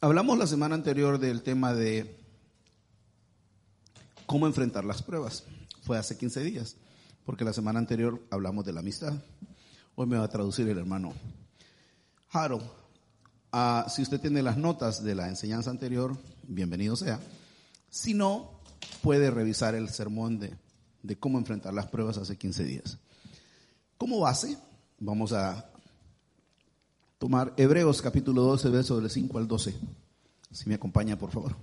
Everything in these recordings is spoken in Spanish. Hablamos la semana anterior del tema de cómo enfrentar las pruebas. Fue hace 15 días, porque la semana anterior hablamos de la amistad. Hoy me va a traducir el hermano Harold. Ah, si usted tiene las notas de la enseñanza anterior, bienvenido sea. Si no, puede revisar el sermón de, de cómo enfrentar las pruebas hace 15 días. Como base, vamos a tomar Hebreos capítulo 12, verso del 5 al 12. Si me acompaña, por favor.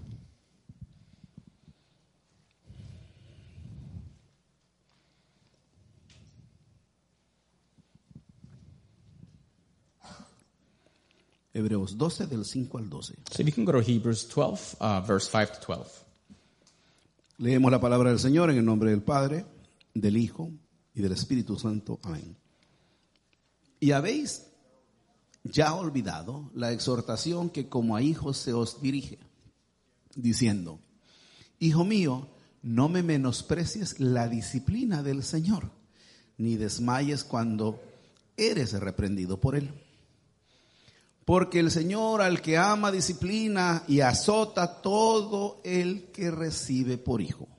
Hebreos 12 del 5 al 12. So if you can go to Hebrews 12, uh, verse 5 to 12. Leemos la palabra del Señor en el nombre del Padre, del Hijo y del Espíritu Santo. Amén. Y habéis ya olvidado la exhortación que como a hijos se os dirige, diciendo, Hijo mío, no me menosprecies la disciplina del Señor, ni desmayes cuando eres reprendido por Él. Porque el Señor al que ama disciplina y azota todo el que recibe por hijo.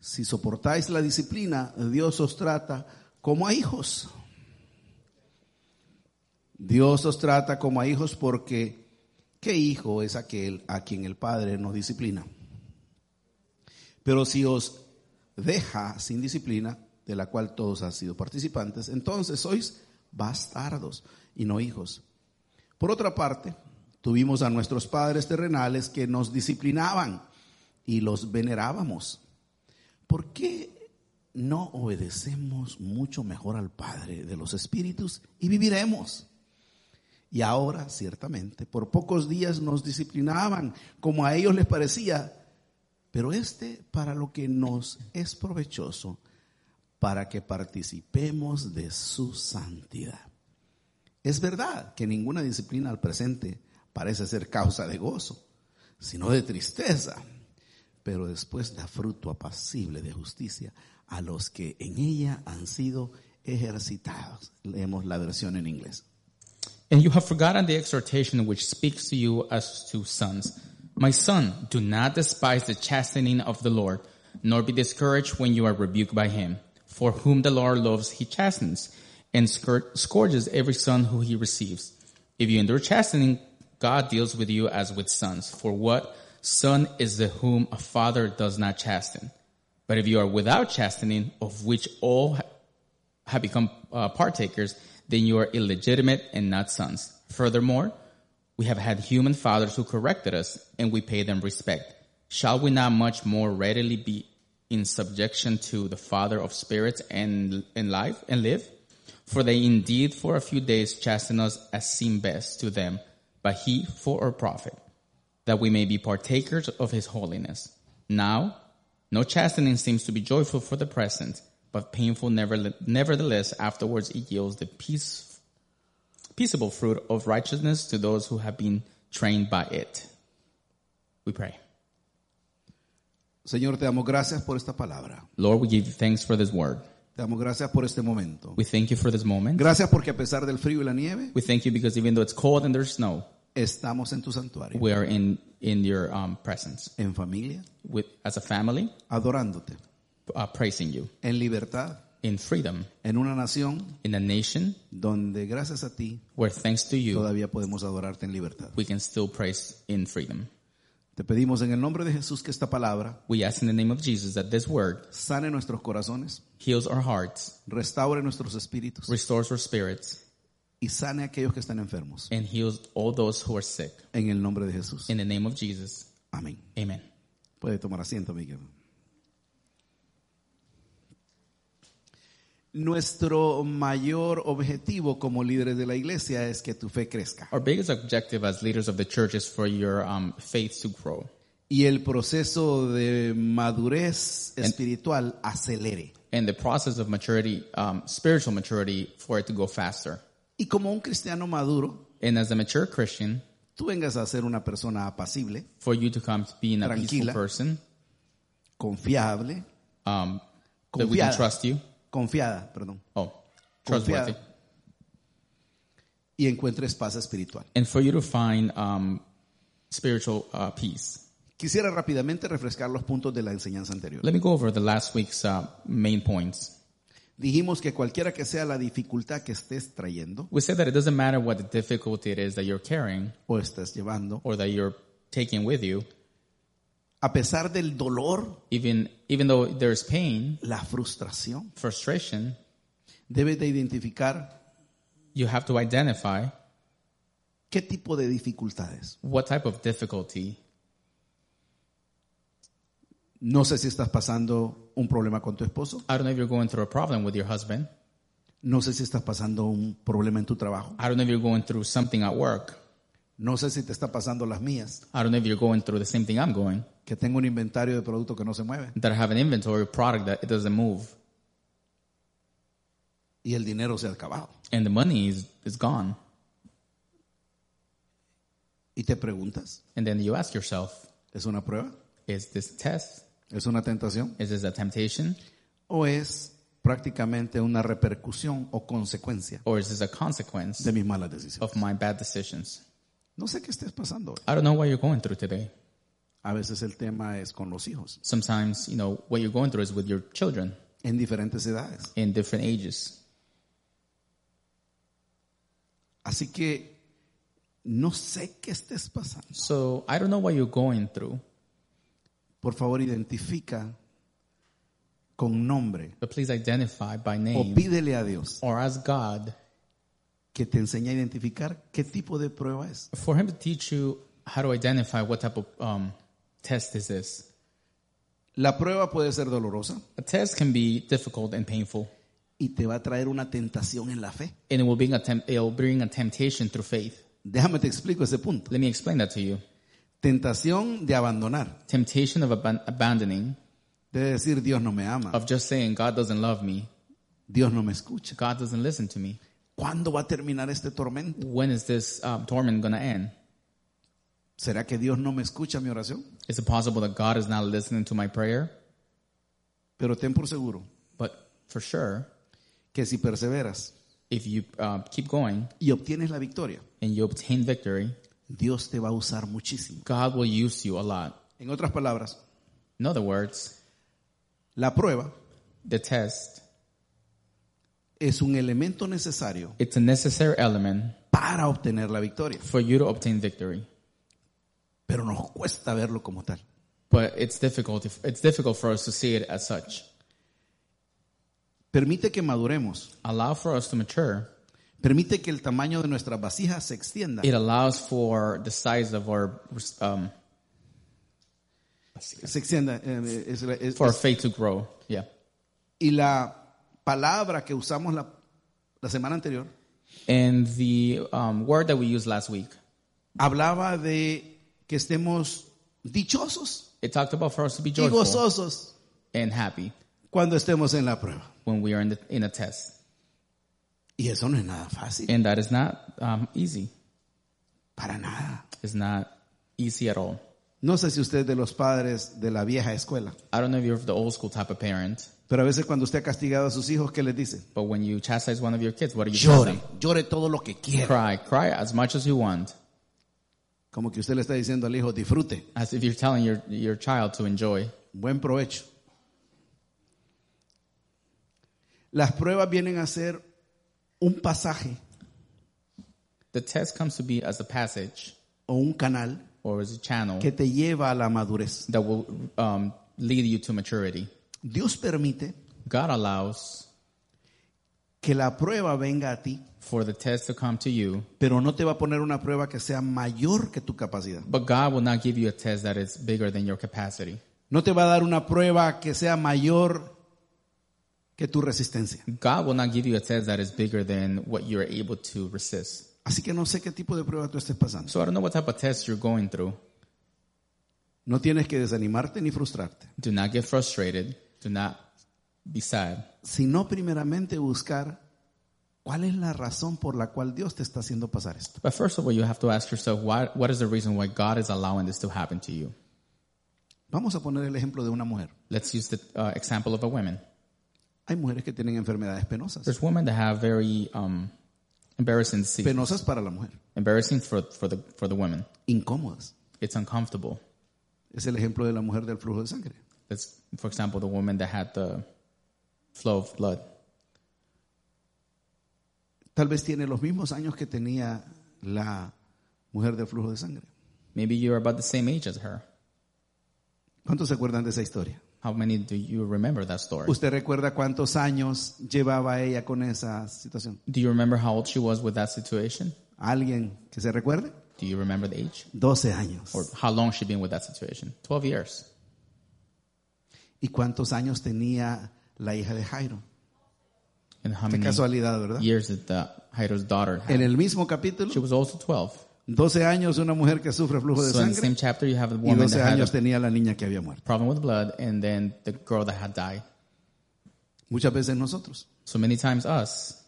Si soportáis la disciplina, Dios os trata como a hijos. Dios os trata como a hijos porque ¿qué hijo es aquel a quien el Padre nos disciplina? Pero si os deja sin disciplina, de la cual todos han sido participantes, entonces sois bastardos y no hijos. Por otra parte, tuvimos a nuestros padres terrenales que nos disciplinaban y los venerábamos. ¿Por qué no obedecemos mucho mejor al Padre de los Espíritus y viviremos? Y ahora, ciertamente, por pocos días nos disciplinaban como a ellos les parecía, pero este para lo que nos es provechoso, para que participemos de su santidad. Es verdad que ninguna disciplina al presente parece ser causa de gozo, sino de tristeza, pero después da fruto apacible de justicia a los que en ella han sido ejercitados. Leemos la versión en inglés. And you have forgotten the exhortation which speaks to you as to sons. My son, do not despise the chastening of the Lord, nor be discouraged when you are rebuked by him. For whom the Lord loves, he chastens, and scour- scourges every son who he receives. If you endure chastening, God deals with you as with sons. For what son is the whom a father does not chasten? But if you are without chastening, of which all ha- have become uh, partakers, then you are illegitimate and not sons. Furthermore, we have had human fathers who corrected us, and we pay them respect. Shall we not much more readily be in subjection to the Father of spirits and, and life and live? For they indeed for a few days chasten us as seem best to them, but he for our profit, that we may be partakers of his holiness. Now, no chastening seems to be joyful for the present, but painful nevertheless, nevertheless afterwards it yields the peace, peaceable fruit of righteousness to those who have been trained by it. We pray. Señor, te damos gracias por esta palabra. Lord, we give you thanks for this word. Te damos gracias por este momento. We thank you for this moment. Gracias porque a pesar del frío y la nieve, We thank you because even though it's cold and there's snow, estamos en tu santuario, we are in, in your um, presence en familia, with, as a family, adorándote, uh, praising you en libertad, in freedom, en una nación in a nation donde gracias a ti where thanks to you, todavía podemos adorarte en libertad. we can still praise in freedom. Te pedimos en el nombre de Jesús que esta palabra We ask in the name of Jesus that this word sane nuestros corazones, heals our hearts, restaure nuestros espíritus restores our spirits, y sane a aquellos que están enfermos. and heals all those who are sick. En el nombre de Jesús. In the name of Jesus, Amén. amen. Puede tomar asiento, Miguel. Nuestro mayor objetivo como líderes de la iglesia es que tu fe crezca. Our biggest objective as leaders of the church is for your um, faith to grow y el proceso de madurez espiritual acelere. and the process of maturity, um, spiritual maturity, for it to go faster. Y como un cristiano maduro, And as a mature Christian, tú vengas a ser una persona apacible, for you to come to being a peaceful Tranquila. person, confiable, um, that we can Confiada. trust you. confiada, perdón, Oh, trustworthy. y encuentres paz espiritual. And for you to find um, spiritual uh, peace. Quisiera rápidamente refrescar los puntos de la enseñanza anterior. Let me go over the last week's uh, main points. Dijimos que cualquiera que sea la dificultad que estés trayendo We said that it doesn't matter what the difficulty it is that you're carrying o estés llevando, or that you're taking with you, a pesar del dolor, even even though there's pain, la frustración, frustration, debes de identificar you have to identify qué tipo de dificultades. what type of difficulty. No sé si estás pasando un problema con tu esposo, I don't know if you're going through a problem with your husband. no sé si estás pasando un problema en tu trabajo, I don't know if you're going through something at work. no sé si te está pasando las mías, I don't know if you're going through the same thing I'm going. que tengo un inventario de producto que no se mueve That I have an inventory product that it doesn't move, y el dinero se ha acabado. and the money is is gone. Y te preguntas, And then you ask yourself, ¿es una prueba? is this a test? ¿Es una tentación? Is this a temptation? ¿O es prácticamente una repercusión o consecuencia Or is this a consequence de mis malas decisiones? of my bad decisions? No sé qué estés pasando hoy. I don't know what you're going through today. A veces el tema es con los hijos, Sometimes, you know, what you're going through is with your children en diferentes edades. in different ages. Así que no sé qué estés pasando. So I don't know what you're going through, Por favor, identifica con nombre but please identify by o name pídele a Dios or ask God que te enseñe a identificar qué tipo de prueba es. for Him to teach you how to identify what type of um, test is this. La prueba puede ser dolorosa A test can be difficult and painful, y te va a traer una tentación en la fe. and it will bring a, temp- it will bring a temptation through faith. Déjame te explico ese punto. Let me explain that to you. Tentación de abandonar, Temptation of aban- abandoning, de decir Dios no me ama, of just saying, God doesn't love me, Dios no me escucha. God doesn't listen to me. ¿Cuándo va a terminar este tormento? When is this um, torment going to end? ¿Será que Dios no me escucha mi oración? Is it possible that God is not listening to my prayer? Pero ten por seguro But for sure, que si perseveras if you uh, keep going y obtienes la victoria, and you obtain victory, Dios te va a usar muchísimo. God will use you a lot. En otras palabras, In other words, la prueba the test, es un elemento necesario it's a necessary element para obtener la victoria, for you to obtain victory. pero nos cuesta verlo como tal. But it's difficult, if, it's difficult for us to see it as such. Permite que maduremos, Allow for us to mature. permite que el tamaño de nuestras vasijas se extienda, It allows for the size of our, um, se extienda, eh, es la- es- for our faith to grow. Yeah. y la palabra que usamos la, la semana anterior And the um, word that we used last week, hablaba de que estemos dichosos it talked about for us to be y joyful gozosos and happy cuando estemos en la prueba. when we are in, the, in a test. Y eso no es nada fácil, And that is not um, easy. para nada. It's not easy at all. No sé si usted es de los padres de la vieja escuela, I don't know if you're the old school type of parent, pero a veces cuando usted ha castigado a sus hijos, ¿qué les dice? but when you chastise one of your kids, what do you Llore, tell them? llore todo lo que quiera. Cry, cry as much as you want, Como que usted le está diciendo al hijo, disfrute, as if you're telling your, your child to enjoy. buen provecho. Las pruebas vienen a ser un pasaje The test comes to be as a passage o un canal or as a channel que te lleva a la madurez. that will um, lead you to maturity. Dios permite God allows que la prueba venga a ti, for the test to come to you, pero no te va a poner una prueba que sea mayor que tu capacidad. but God will not give you a test that is bigger than your capacity. No te va a dar una prueba que sea mayor que tu resistencia. God will not give you a test that is bigger than what you're able to resist. Así que no sé qué tipo de prueba tú estés pasando. So I don't know what type of test you're going through. No tienes que desanimarte ni frustrarte, Do not get frustrated. Do not be sad. sino primeramente buscar cuál es la razón por la cual Dios te está haciendo pasar esto. But first of all, you have to ask yourself, why, what is the reason why God is allowing this to happen to you? Vamos a poner el ejemplo de una mujer. Let's use the uh, example of a woman. Hay mujeres que tienen enfermedades penosas, There's women that have very um, embarrassing disease, penosas para la mujer, embarrassing for, for the for the women, incómodas. It's uncomfortable. Es el ejemplo de la mujer del flujo de sangre. That's, for example, the woman that had the flow of blood. Tal vez tiene los mismos años que tenía la mujer del flujo de sangre. Maybe you're about the same age as her. ¿Cuántos se acuerdan de esa historia? How many do you remember that story? ¿Usted recuerda cuántos años llevaba ella con esa situación? Do you remember how old she was with that situation? ¿Alguien que se recuerde? Do you remember the age 12 años. or how long she been with that situation? 12 years. ¿Y cuántos años tenía la hija de Jairo? And how Qué many casualidad, ¿verdad? years did the Jairo's daughter En have? el mismo She capítulo, was also 12. 12 años una mujer que sufre flujo de So in the sangre same chapter, you have the y woman 12 that had años a tenía la niña que había muerto. problem with blood and then the girl that had died. Muchas veces nosotros So many times us,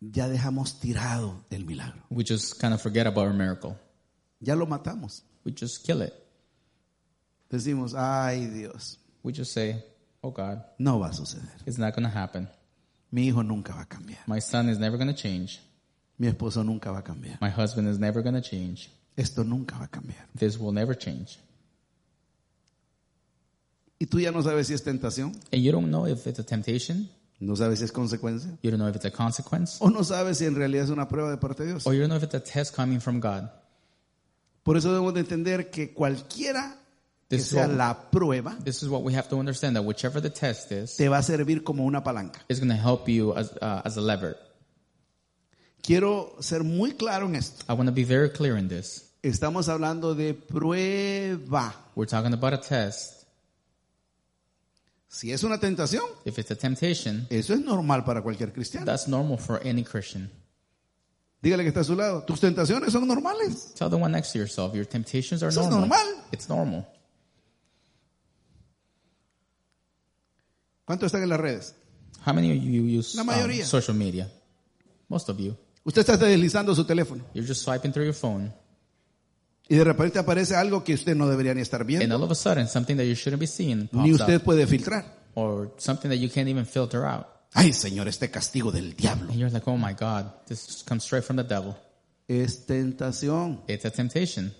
ya dejamos tirado el milagro. we just kind of forget about our miracle. Ya lo matamos. We just kill it. Decimos, ay Dios, We just say, oh God, no va a suceder. it's not going to happen. Mi hijo nunca va a cambiar. My son is never going to change. Mi esposo nunca va a cambiar. My husband is never going to change. Esto nunca va a cambiar. This will never change. Y tú ya no sabes si es tentación, And you don't know if it's a temptation. no sabes si es consecuencia, You don't know if it's a consequence. o no sabes si en realidad es una prueba de parte de Dios. Or you don't know if it's a test coming from God. Por eso debemos de entender que cualquiera que This is sea what- la prueba This is what we have to understand that whichever the test is, te va a servir como una palanca. it's going to help you as, uh, as a lever. Quiero ser muy claro en esto. I want to be very clear in this. Estamos hablando de prueba. We're talking about a test. Si es una tentación, If it's a temptation, eso es normal para cualquier cristiano. that's normal for any Christian. Dígale que está a su lado. Tus tentaciones son normales. Tell the one next to yourself, your temptations are Eso es normal. normal. It's normal. ¿Cuántos están en las redes? How many of you use um, La mayoría. social media? Most of you. Usted está deslizando su teléfono You're just swiping through your phone, y de repente aparece algo que usted no debería ni estar and viendo, all of a sudden, something that you shouldn't be seeing pops ni usted up, puede filtrar. or something that you can't even filter out. Ay, Señor, este castigo del diablo. And you're like, oh my God, this comes straight from the devil. Es tentación, It's a temptation.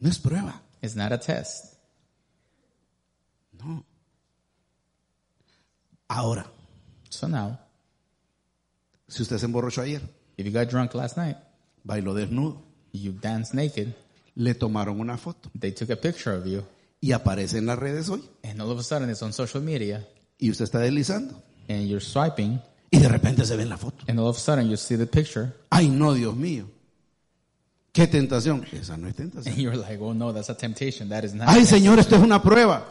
no es prueba. It's not a test. No. Ahora, So now, si usted se emborrochó ayer, if you got drunk last night, bailó desnudo, you danced naked, le tomaron una foto they took a picture of you, y aparece en las redes hoy and all of a sudden it's on social media, y usted está deslizando and you're swiping, y de repente se ve en la foto. and all of a sudden you see the picture, Ay, no, Dios mío. Qué tentación. Esa no es and tentación. you're like, oh no, that's a temptation. That is not. Ay, Señor, esto es una prueba.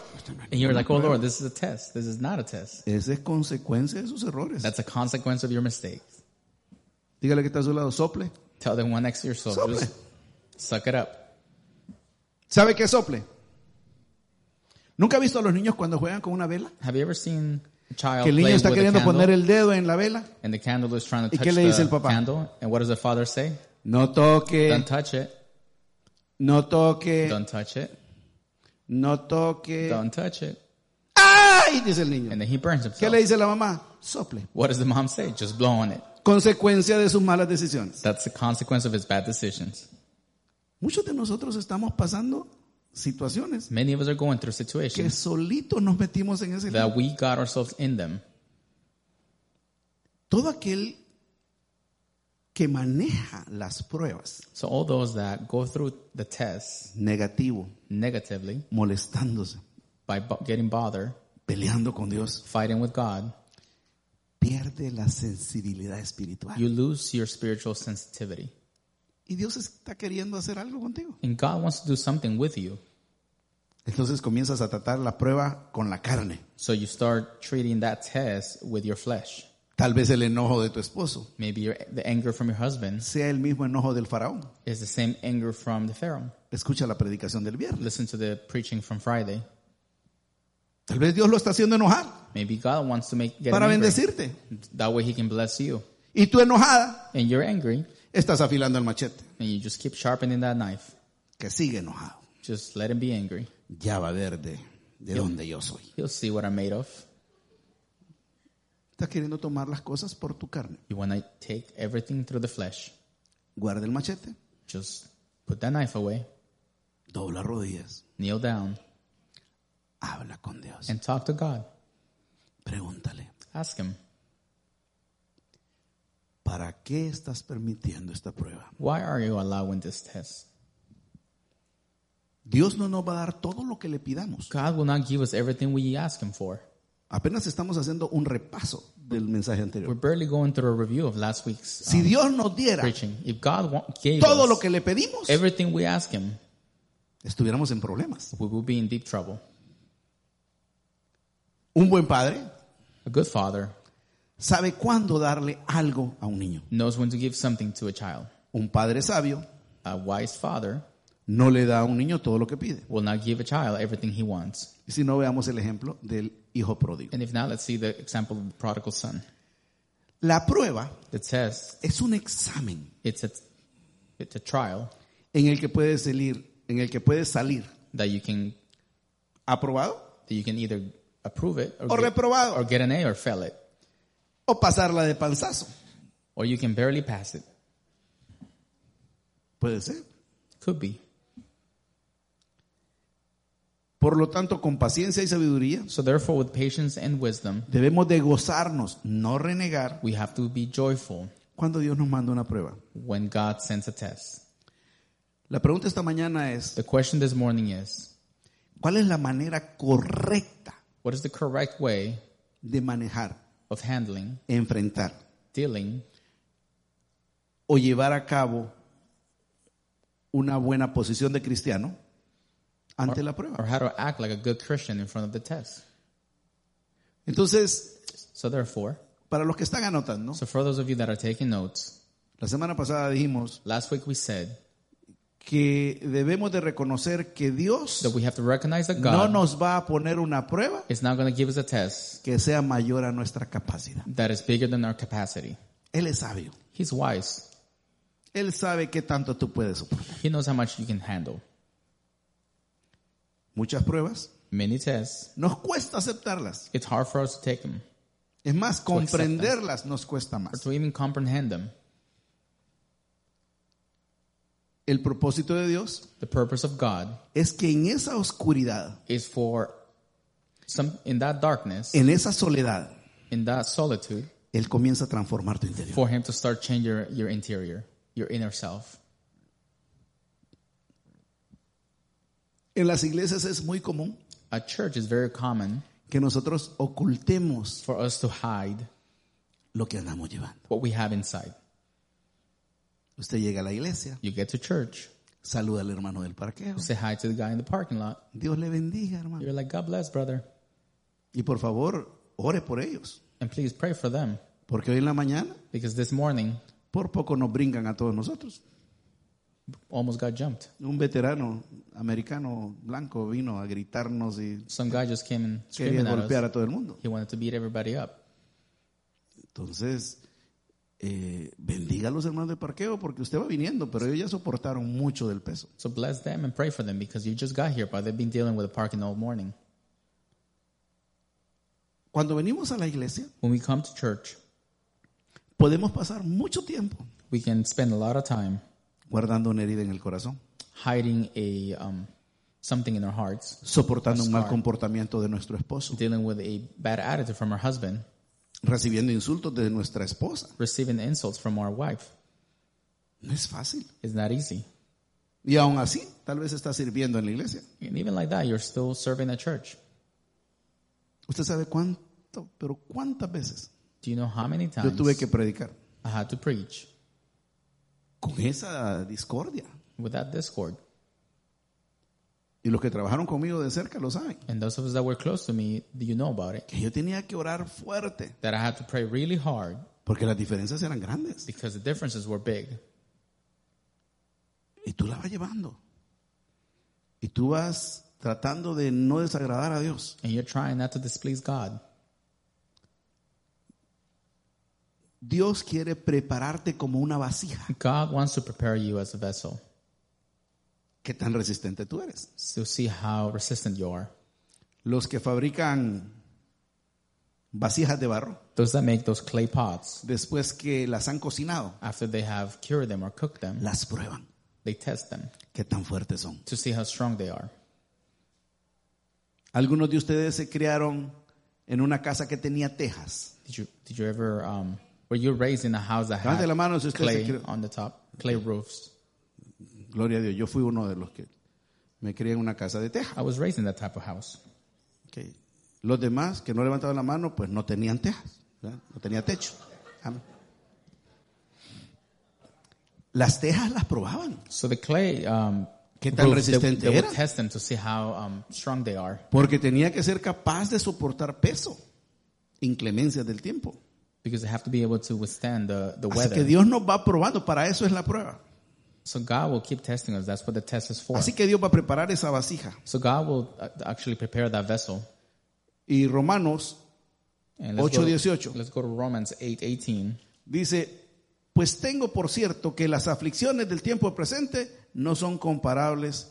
And you're like, oh Lord, this is a test. This is not a test. Esa es consecuencia de sus errores. That's a consequence of your mistakes. Dígale que está a su lado, sople. Tell the one next to yourself, Sople. just suck it up. ¿Sabe qué es sople? ¿Nunca ha visto a los niños cuando juegan con una vela? Have you ever seen a child Que el niño play está with a queriendo candle? poner el dedo en la vela. And the candle is trying to ¿Y touch qué le dice the el papá? Eh, candle. And what does the father say? No Don't toque, touch it. no toque, Don't touch it. no toque. Don't touch it. ¡Ay! Dice el niño. And then he burns ¿Qué le himself. dice la mamá? Sople. What does the mom say? Just blow on it. Consecuencia de sus malas decisiones. That's the consequence of his bad decisions. Muchos de nosotros estamos pasando situaciones Many of us are going through que situations solitos nos metimos en ese lío. that we got ourselves in them. Todo aquel que maneja las pruebas So all those that go through the tests negativo, negatively molestándose, by bo- getting bothered, peleando con Dios, fighting with God, pierde la sensibilidad espiritual. you lose your spiritual sensitivity. Y Dios está queriendo hacer algo contigo. And God wants to do something with you. Entonces comienzas a tratar la prueba con la carne. So you start treating that test with your flesh. Tal vez el enojo de tu esposo Maybe your, the anger from your husband sea el mismo enojo del faraón. is the same anger from the Pharaoh. Escucha la predicación del viernes. Listen to the preaching from Friday. Tal vez Dios lo está haciendo enojar Maybe God wants to make get para him angry. bendecirte. That way He can bless you. Y tú enojada And you're angry, estás afilando el machete, and you just keep sharpening that knife. que sigue enojado. Just let Him be angry. Ya va a ver de, de dónde yo soy. He'll see what I'm made of. Estás queriendo tomar las cosas por tu carne. You want to take everything through the flesh. Guarda el machete Just Put that knife away, dobla rodillas, kneel down, habla con Dios, and talk to God. pregúntale, Ask Him, ¿para qué estás permitiendo esta prueba? why are you allowing this test? Dios no nos va a dar todo lo que le pidamos. God will not give us everything we ask Him for. Apenas estamos haciendo un repaso del mensaje We're anterior. barely going through a review of last week's Si Dios nos diera preaching. If God wa- gave todo lo us que le pedimos, everything we ask Him, estuviéramos en problemas. we will be in deep trouble. Un buen padre A good father sabe cuándo darle algo a un niño. knows when to give something to a child. Un padre sabio A wise father no le da a un niño todo lo que pide. will not give a child everything he wants. Y si no, veamos el ejemplo del hijo pródigo. And if not, let's see the example of the prodigal son. La prueba The test, es un examen it's a, it's a trial en el que puedes salir, en el que puedes salir that you can aprobado that you can either approve it or, o get, or reprobado get an A or fail it, o pasarla de panzazo. or you can barely pass it. Puede ser. Could be. Por lo tanto, con paciencia y sabiduría So therefore, with patience and wisdom, debemos de gozarnos, no renegar we have to be joyful cuando Dios nos manda una prueba. when God sends a test. La pregunta esta mañana es, The question this morning is, ¿cuál es la manera correcta what is the correct way de manejar, of handling, enfrentar dealing, o llevar a cabo una buena posición de cristiano ante la prueba? or how to act like a good Christian in front of the test? Entonces, So therefore, para los que están anotando, so for those of you that are taking notes, la semana pasada dijimos last week we said que debemos de reconocer que Dios that we have to recognize that no God nos va a poner una prueba is not going to give us a test que sea mayor a nuestra capacidad. that is bigger than our capacity. Él es sabio. He's wise. Él sabe qué tanto tú puedes soportar. He knows how much you can handle. Muchas pruebas Many tests. nos cuesta aceptarlas. It's hard for us to take them Es más, accept them. comprenderlas nos cuesta or más. to even comprehend them. El propósito de Dios The purpose of God es que en esa oscuridad, is for some in that darkness, en esa soledad, in that solitude, Él comienza a transformar tu interior. for Him to start changing your, your interior, your inner self. En las iglesias es muy común At church, it's very common que nosotros ocultemos for us to hide lo que andamos llevando. what we have inside. Usted llega a la iglesia, You get to church, saluda al hermano del parqueo. say hi to the guy in the parking lot. Dios le bendiga, hermano. You're like, God bless, brother. Y por favor, ore por ellos. And please pray for them. Porque hoy en la mañana, Because this morning, por poco nos brincan a todos nosotros. almost got jumped. Un veterano americano blanco vino a gritarnos y Some guy just came and quería screaming at us. golpear a todo el mundo. He wanted to beat everybody up. Entonces, eh, bendiga a los hermanos de parqueo porque usted va viniendo, pero ellos ya soportaron mucho del peso. So bless them and pray for them because you just got here, but they've been dealing with the parking all morning. Cuando venimos a la iglesia, When we come to church, podemos pasar mucho tiempo we can spend a lot of time guardando una herida en el corazón, hiding a um, something in our hearts, soportando un mal comportamiento de nuestro esposo, dealing with a bad attitude from our husband, recibiendo insultos de nuestra esposa. receiving insults from our wife. No es fácil. It's not easy. Y aún así, tal vez está sirviendo en la iglesia. And even like that, you're still serving at church. Usted sabe cuánto, pero cuántas veces Do you know how many yo times tuve que predicar I had to preach con esa discordia. with that discord? Y los que trabajaron conmigo de cerca lo saben. And those of us that were close to me, you know about it. Que yo tenía que orar fuerte That I had to pray really hard porque las diferencias eran grandes. because the differences were big. Y tú la vas llevando. Y tú vas tratando de no desagradar a Dios. And you're trying not to displease God. Dios quiere prepararte como una vasija. God wants to prepare you as a vessel ¿Qué tan resistente tú eres? to see how resistant you are. Los que fabrican vasijas de barro Those that make those clay pots, después que las han cocinado, after they have cured them or cooked them, las prueban. They test them qué tan fuertes son. to see how strong they are. Algunos de ustedes se criaron en una casa que tenía tejas. Did you did you ever um, were you raised in a house that Levante had la mano si usted se clay cre- on the top, clay roofs? Gloria a Dios, yo fui uno de los que me crié en una casa de teja. I was raised in that type of house. Ok. Los demás que no levantaban la mano, pues no tenían tejas, ¿verdad? no tenía techo. Amén. Las tejas las probaban, So the clay um, ¿Qué tan roofs, they, resistente they would era? test them to see how um, strong they are porque tenía que ser capaz de soportar peso, inclemencias del tiempo. because they have to be able to withstand the the Así que weather. Dios nos va probando, para eso es la prueba. So God will keep testing us. That's what the test is for. Así que Dios va a preparar esa vasija. So God will uh, actually prepare that vessel. Y Romanos And let's, go to, 8:18. let's go to Romans 8:18. Dice, pues tengo por cierto que las aflicciones del tiempo presente no son comparables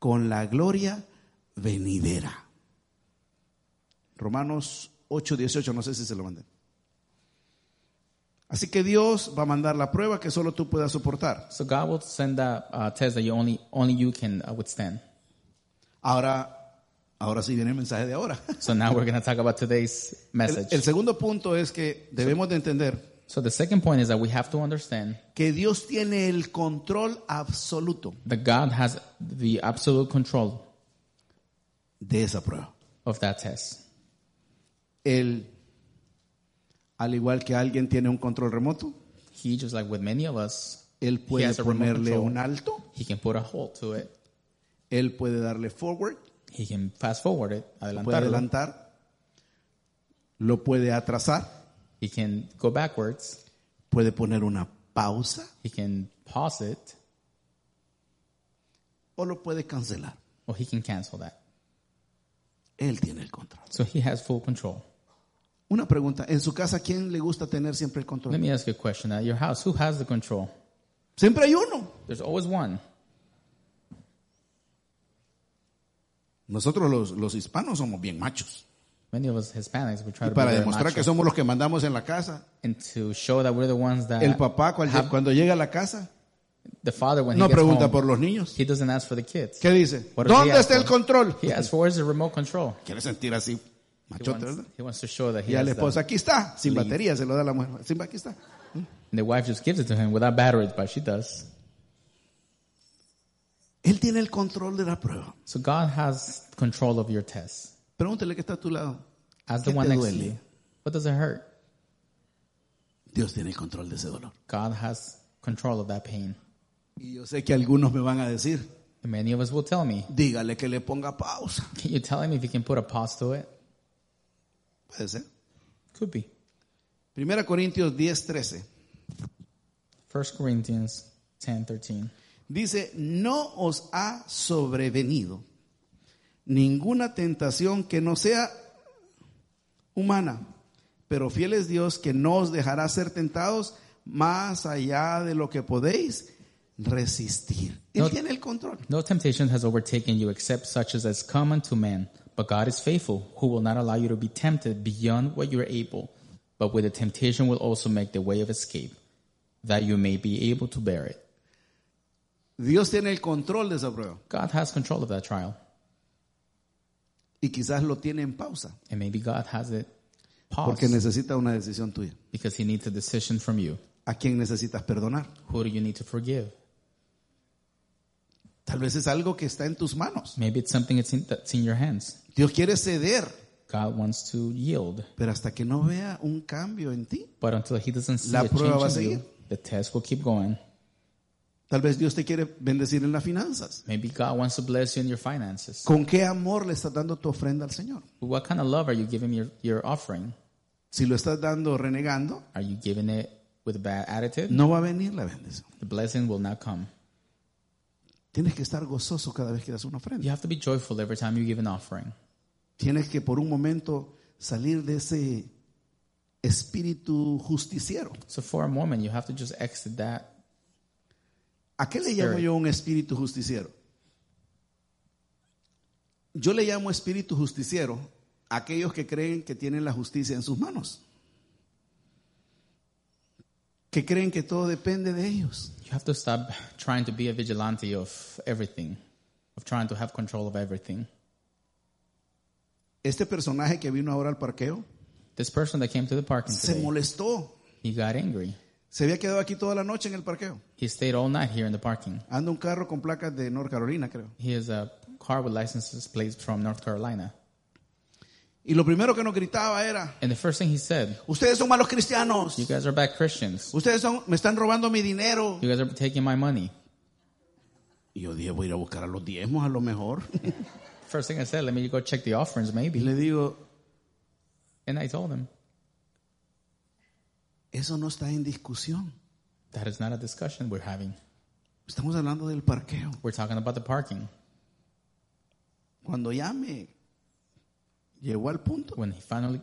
con la gloria venidera. Romanos 8, 18, no sé si se lo mandé. Así que Dios va a mandar la prueba que solo tú puedas soportar. So God will send that uh, test that you only only you can uh, withstand. Ahora, ahora sí viene el mensaje de ahora. So now we're going to talk about today's El, message. el segundo punto es que debemos de entender so the second point is that we have to understand que Dios tiene el control absoluto that God has the absolute control de esa prueba. of that test. Él, al igual que alguien tiene un control remoto, He just like with many of us, él He puede has a remote ponerle control. un alto, he can put a halt to it. él puede darle forward, He can fast forward it, puede adelantarlo. adelantar, lo puede atrasar, He can go backwards. puede poner una pausa He can pause it, o lo puede cancelar. or he can cancel that. Él tiene el control. So he has full control. Una pregunta, en su casa, ¿quién le gusta tener siempre el Let control? me ask you a question. At your house, who has the control? Siempre hay uno. There's always one. Nosotros los, los hispanos somos bien machos. Many of us Hispanics, we try Y to para be very demostrar que macho. somos los que mandamos en la casa, and to show that we're the ones that el papá cual- cuando llega a la casa the father when no he gets pregunta home, por los niños. he doesn't ask for the kids. ¿Qué dice? What does he ¿Dónde ask está el for? control? He asks for where's the remote control. Quiere sentir así, He machote, wants, ¿verdad? he wants to show that he Y a has la the, esposa, aquí está, sin Leave. batería, se lo da la mujer. Sin, aquí está. and the wife just gives it to him without batteries, but she does. Él tiene el control de la prueba. So God has control of your test. Pregúntele que está a tu lado. As the ¿Qué one te next to duele? you. What does it hurt? Dios tiene el control de ese dolor. God has control of that pain. Y yo sé que algunos me van a decir, And many of us will tell me, dígale que le ponga pausa. can you tell him if you can put a pause to it? Puede ser. Could be. Primera Corintios 10, 13. First Corinthians ten thirteen. Dice, no os ha sobrevenido ninguna tentación que no sea humana, pero fiel es Dios que no os dejará ser tentados más allá de lo que podéis resistir. Él No- tiene el control. No temptation has overtaken you except such as is common to man, but God is faithful, who will not allow you to be tempted beyond what you are able, but with the temptation will also make the way of escape, that you may be able to bear it. Dios tiene el control de esa prueba God has control of that trial, y quizás lo tiene en pausa and maybe God has it porque paused necesita una decisión tuya. because He needs a decision from you. ¿A quién necesitas perdonar? Who do you need to forgive? Tal vez es algo que está en tus manos. Maybe it's something that's in, that's in your hands. Dios quiere ceder, God wants to yield, pero hasta que no vea un cambio en ti, but until He doesn't see La a prueba va a change in you, seguir. the test will keep going. Tal vez Dios te quiere bendecir en las finanzas. Maybe God wants to bless you in your finances. ¿Con qué amor le estás dando tu ofrenda al Señor? What kind of love are you giving your, your offering? Si lo estás dando renegando, Are you giving it with a bad attitude? no va a venir la bendición. The blessing will not come. Tienes que estar gozoso cada vez que das una You ofrenda. have to be joyful every time you give an offering. Tienes que por un momento salir de ese espíritu justiciero. So for a moment, you have to just exit that. ¿A qué le llamo Spirit. yo un espíritu justiciero? Yo le llamo espíritu justiciero a aquellos que creen que tienen la justicia en sus manos. que creen que todo depende de ellos. You have to stop trying to be a vigilante of everything, of trying to have control of everything. Este personaje que vino ahora al parqueo This person that came to the parking se today, molestó. he got angry. Se había quedado aquí toda la noche en el parqueo. He stayed all night here in the parking. Anda un carro con placas de North Carolina, creo. He is a car with licenses plates from North Carolina. Y lo primero que nos gritaba era, And the first thing he said, ustedes son malos cristianos. you guys are bad Christians. Ustedes son, me están robando mi dinero. You guys are taking my money. Y yo dije, voy a ir a buscar a los diezmos a lo mejor. First thing I said, let me go check the offerings Y maybe. le digo, And I told him, eso no está en discusión. that is not a discussion we're having. Estamos hablando del parqueo. We're talking about the parking. Cuando ya me llegó al punto, When he finally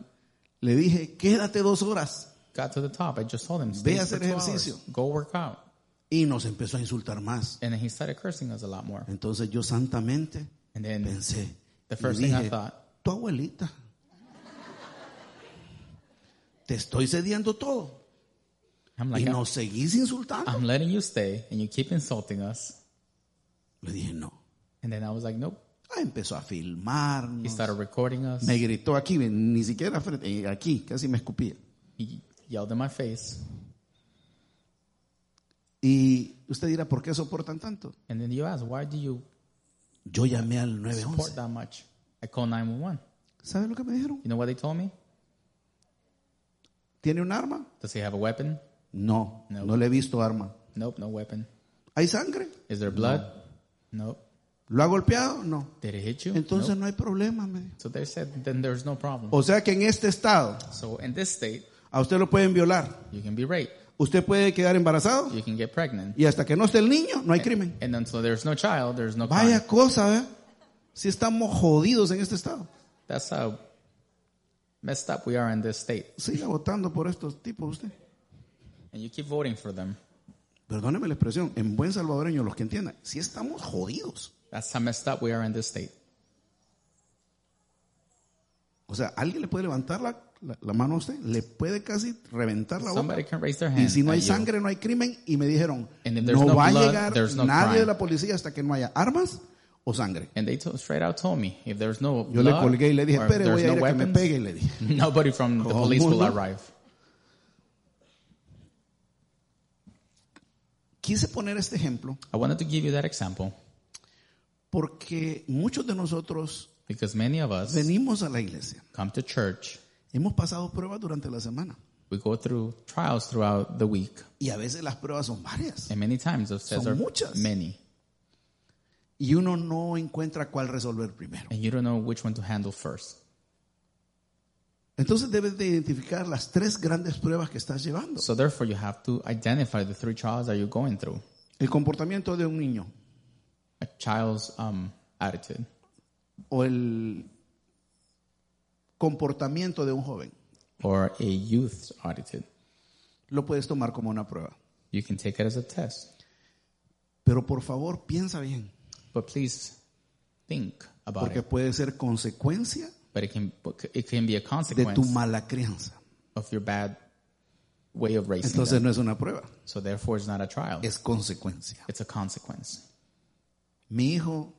le dije, quédate dos horas. got to the top, I just told him, stay Ve a for hacer two hours. ejercicio. Go work out. Y nos empezó a insultar más. And then he started cursing us a lot more. Entonces yo santamente And then pensé, y The first thing I dije, thought. tu abuelita, te estoy cediendo todo. I'm Y like, nos seguís insultando. I'm letting you stay and you keep insulting us. Le dije, no. And then I was like, nope. Ah, empezó a He filmarnos. started recording us. Me gritó aquí, ni siquiera frente, eh, aquí, casi me escupía. He yelled in my face. Y usted dirá, ¿por qué soportan tanto? And then you ask, why do you Yo llamé al 911. support that much? I called 911. ¿Sabe lo que me dijeron? You know what they told me? ¿Tiene un arma? Does he have a weapon? No, No. no, le he visto arma. Nope, no weapon. ¿Hay sangre? Is there blood? Nope. ¿Lo ha golpeado? No. Did he hit you? Entonces Nope. no hay problema, me dijo. So they said, then there's no problem. O sea que en este estado, So in this state, a usted lo pueden violar. you can be raped. Usted puede quedar embarazado You can get pregnant. y hasta que no esté el niño, no hay crimen. And until there's no child, there's no crime. Vaya cosa, ¿eh? Si estamos jodidos en este estado. That's how messed up we are in this state. Siga votando por estos tipos usted. And you keep voting for them. Perdóneme la expresión, en buen salvadoreño, los que entiendan, si estamos jodidos. That's how messed up we are in this state. O sea, alguien le puede levantar la, la- la mano a usted, le puede casi reventar la boca. Somebody can raise their hand. Y si no at hay you. sangre, no hay crimen. Y me dijeron, And if no, there's no va blood, a llegar there's no nadie crime. de la policía hasta que no haya armas o sangre. And they to- straight out told me if there's no Yo le blood, colgué y le dije, or if espere, there's voy a no ir a que me weapons, pegue, le dije. nobody from the Como police will mundo. arrive. Quise poner este ejemplo I wanted to give you that example porque muchos de nosotros because many of us venimos a la iglesia. come to church, Hemos pasado pruebas durante la semana. we go through trials throughout the week, Y a veces las pruebas son varias. and many times those tests Son are muchas. many, Y uno no encuentra cuál resolver primero. and you don't know which one to handle first. Entonces debes de identificar las tres grandes pruebas que estás llevando. So therefore, you have to identify the three trials that you're going through. El comportamiento de un niño A child's um, attitude, o el comportamiento de un joven. or a youth's attitude. Lo puedes tomar como una prueba. You can take it as a test, Pero por favor, piensa bien, but please think about porque it. puede ser consecuencia But it can it can be a de consequence tu mala crianza. of your bad way of raising Entonces them. no es una prueba, So therefore, it's not a trial. es consecuencia. It's a consequence. Mi hijo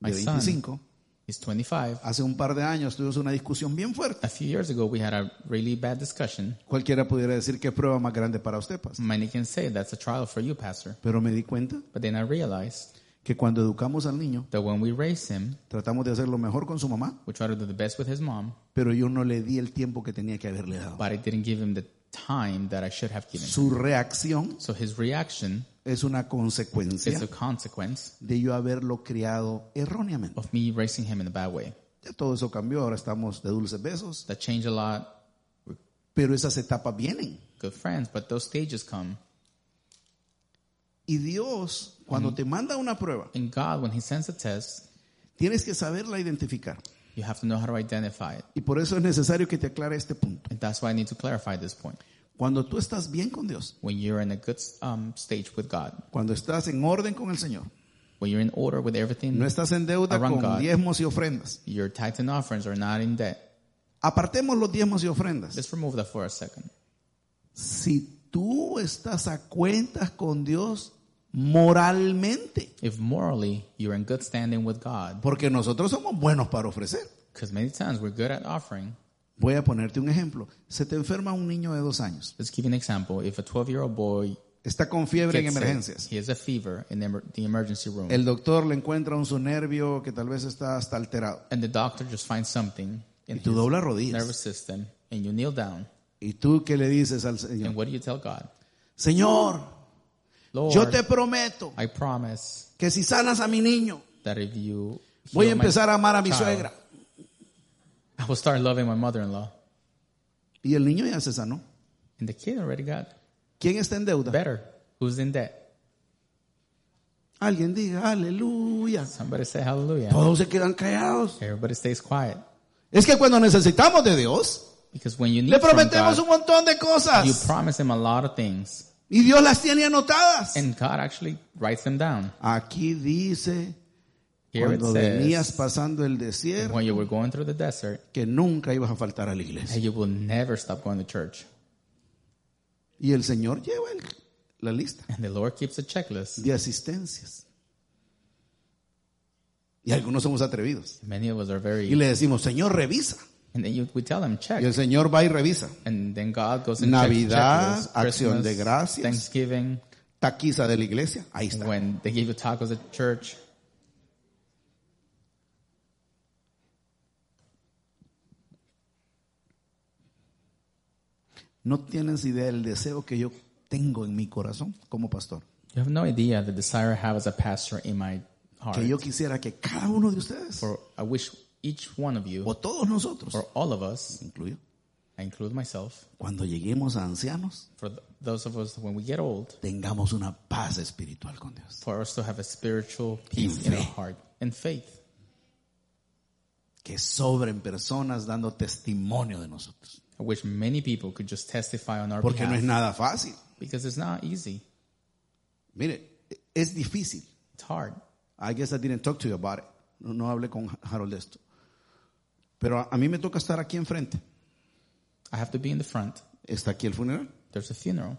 de My son. 25, He's 25. hace un par de años tuvimos una discusión bien fuerte. A few years ago, we had a really bad discussion. Cualquiera pudiera decir qué prueba más grande para usted, pastor. Many can say that's a trial for you, pastor. Pero me di cuenta But then I realized que cuando educamos al niño, that when we raise him, tratamos de hacerlo mejor con su mamá, we try to do the best with his mom, pero yo no le di el tiempo que tenía que haberle dado. but I didn't give him the time that I should have given. Su reacción So his reaction es una is a consecuencia consequence de yo haberlo criado erróneamente. of me raising him in a bad way. Ya todo eso cambió, ahora estamos de dulces besos, That changed a lot. pero esas etapas vienen. Good friends, but those stages come. Y Dios, cuando te manda una prueba, And God, when He sends a test, tienes que saberla identificar. you have to know how to identify it. Y por eso es necesario que te aclare este punto. And that's why I need to clarify this point. Cuando tú estás bien con Dios, When you're in a good um, stage with God, cuando estás en orden con el Señor, when you're in order with everything, no estás en deuda Arranca. con diezmos y ofrendas. your tithes and offerings are not in debt. Apartemos los diezmos y ofrendas. Let's remove that for a second. Si tú estás a cuentas con Dios moralmente, if morally you're in good standing with God. porque nosotros somos buenos para ofrecer. Because many times we're good at offering. Voy a ponerte un ejemplo. Se te enferma un niño de dos años. Let's give you an example. If a 12 year old boy Está con fiebre en gets sick, emergencias. he has a fever in the, emer- the emergency room, El doctor le encuentra un su nervio que tal vez está hasta alterado. and the doctor just finds something in Y his tú doblas rodillas. nervous system, and you kneel down, ¿Y tú qué le dices al Señor? and what do you tell God? Señor, Lord, yo te prometo I promise que si sanas a mi niño, that if you voy a heal my- empezar a amar a mi child. suegra. I will start loving my mother-in-law. Y el niño ya se sanó. And the kid already got ¿Quién está en deuda? better. Who's in debt? Alguien diga, aleluya. Somebody say hallelujah. Todos se quedan callados. Everybody stays quiet. Es que cuando necesitamos de Dios, Because when you le need from prometemos God, un montón de you cosas. promise him a lot of things. Y Dios las tiene anotadas. And God actually writes them down. Aquí dice, Here it cuando says, venías pasando el desierto, when you were going through the desert, que nunca ibas a faltar a la iglesia. and you will never stop going to church. Y el Señor lleva el- la lista And the Lord keeps a checklist. de asistencias. Y algunos somos atrevidos. Many of us are Y very, le decimos, Señor, revisa. and then you, we tell them, Y check. el Señor va y revisa. And then God goes and checks Navidad, checklist. Acción de Christmas, Gracias. Thanksgiving, Taquiza de la iglesia, ahí está. when they give you tacos at church. No tienes idea del deseo que yo tengo en mi corazón como pastor. You have no idea the desire I have as a pastor in my heart. Que yo quisiera que cada uno de ustedes, For I wish each one of you, o todos nosotros, or all of us, incluyo, I include myself, cuando lleguemos a ancianos, for th- those of us when we get old, tengamos una paz espiritual con Dios. for us to have a spiritual peace in our fe. heart and faith, Que sobren personas dando testimonio de nosotros. I wish many people could just testify on our Porque no behalf es nada fácil. because it's not easy. Mire, es difícil. It's hard. I guess I didn't talk to you about it. No, no hablé con Harold de esto. Pero a, a mí me toca estar aquí enfrente. I have to be in the front. Está aquí el funeral. There's a funeral,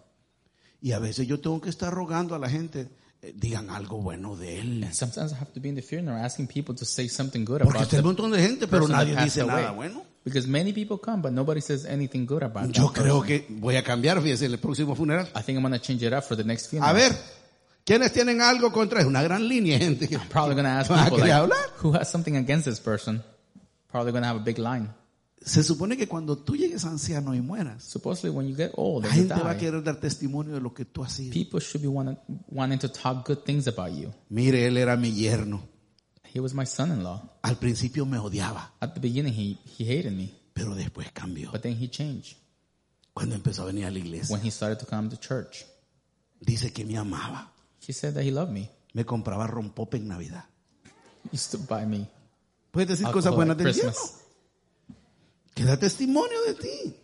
Y a veces yo tengo que estar rogando a la gente, eh, digan algo bueno de él. and sometimes I have to be in the funeral asking people to say something good Porque about está un them. montón de gente, pero person nadie that dice passed nada away. bueno. Because many people come, but nobody says anything good about them. Yo creo que voy a cambiar, fíjese, el próximo funeral. I think I'm gonna change it up for the next funeral. A ver, ¿quiénes tienen algo contra Es Una gran línea, de gente. Ah, Probably gonna ask ¿Va a people querer like, hablar? who has something against this person. Probably gonna have a big line. Se supone que cuando tú llegues anciano y mueras, Supposedly, when you get old, la and you gente va a die, querer dar testimonio de lo que tú has sido. people should be wanting, wanting to talk good things about you. Mire, él era mi yerno. He was my son-in-law. Al principio me odiaba, At the beginning, he he hated me, pero después cambió. but then he changed Cuando empezó a venir a la iglesia, when he started to come to church. dice que me amaba. He said that he loved me. Me compraba rompope en Navidad. He used to buy me Puedes decir cosas alcohol buenas at del yerno. Christmas. Que da testimonio de ti.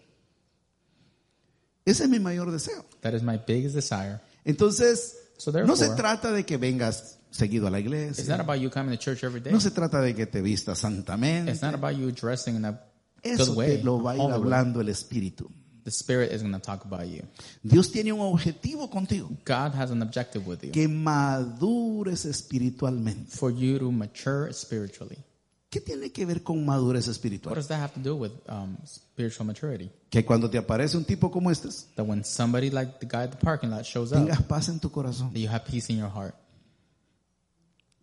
Ese es mi mayor deseo. That is my biggest desire. Entonces, So no se therefore, trata de que vengas seguido a la it's iglesia. not about you coming to church every day. No se trata de que te vistas santamente. It's not about you dressing in a Eso good way. te lo va a ir all the way. hablando el Espíritu. The Spirit is going to talk about you. Dios tiene un objetivo contigo. God has an objective with you Que madures espiritualmente. for you to mature spiritually. ¿Qué tiene que ver con madurez What espiritual? does that have to do with um, spiritual maturity? Que cuando te aparece un tipo como este, That when somebody like the guy at the parking lot shows up, tengas paz en tu corazón. that you have peace in your heart.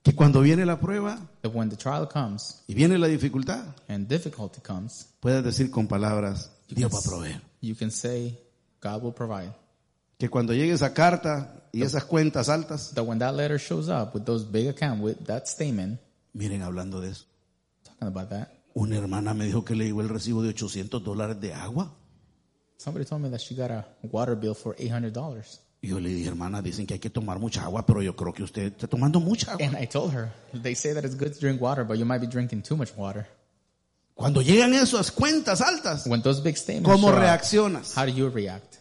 Que cuando viene la prueba That when the trial comes y viene la dificultad, and difficulty comes, puedas decir con palabras, Dios va a proveer. you can say, God will provide. Que cuando llegue esa carta y esas cuentas altas, That when that letter shows up with those big account with that statement, miren hablando de eso. talking about that, Una hermana me dijo que le llegó el recibo de 800 dólares de agua. somebody told me that she got a water bill for $800. Y yo le dije, hermana, dicen que hay que tomar mucha agua, pero yo creo que usted está tomando mucha agua. And I told her, they say that it's good to drink water, but you might be drinking too much water. Cuando llegan esas cuentas altas, When those big statements ¿cómo show up, reaccionas? how do you react?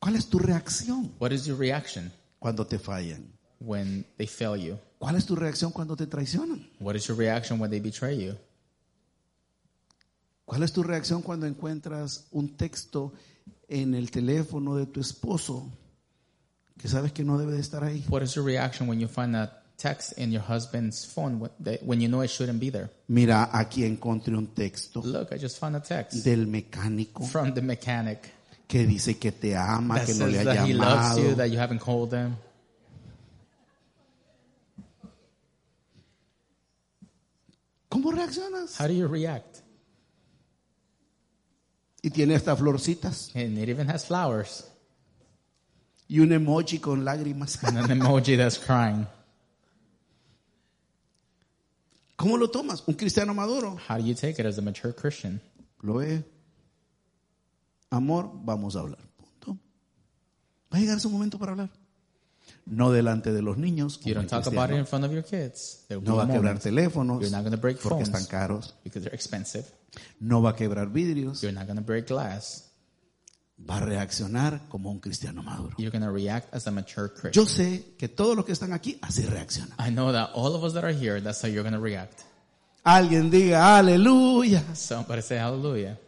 ¿Cuál es tu reacción What is your reaction cuando te fallan? when they fail you? ¿Cuál es tu reacción cuando te traicionan? What is your reaction when they betray you? ¿Cuál es tu reacción cuando encuentras un texto en el teléfono de tu esposo que sabes que no debe de estar ahí? What is your reaction when you find a text in your husband's phone wh- that- when you know it shouldn't be there? Mira, aquí encontré un texto Look, I just found a text del mecánico from the mechanic que dice que te ama, that Ah, que no le says ha that he loves you, llamado. that you haven't called him. ¿Cómo reaccionas? How do you react? Y tiene hasta florcitas And it even has flowers y un emoji con lágrimas. and an emoji that's crying. ¿Cómo lo tomas? Un cristiano maduro How do you take it as a mature Christian? lo ve. Amor, vamos a hablar. Punto. Va a llegar su momento para hablar. No delante de los niños. como You don't el talk cristiano. about it in front of your kids. There will No va a be a quebrar moment teléfonos You're not gonna break porque phones. están caros. because they're expensive. No va a quebrar vidrios. You're not going to break glass. Va a reaccionar como un cristiano maduro. You're going to react as a mature Christian. Yo sé que todos los que están aquí así reaccionan. I know that all of us that are here, that's how you're going to react. Alguien diga aleluya. Somebody say hallelujah.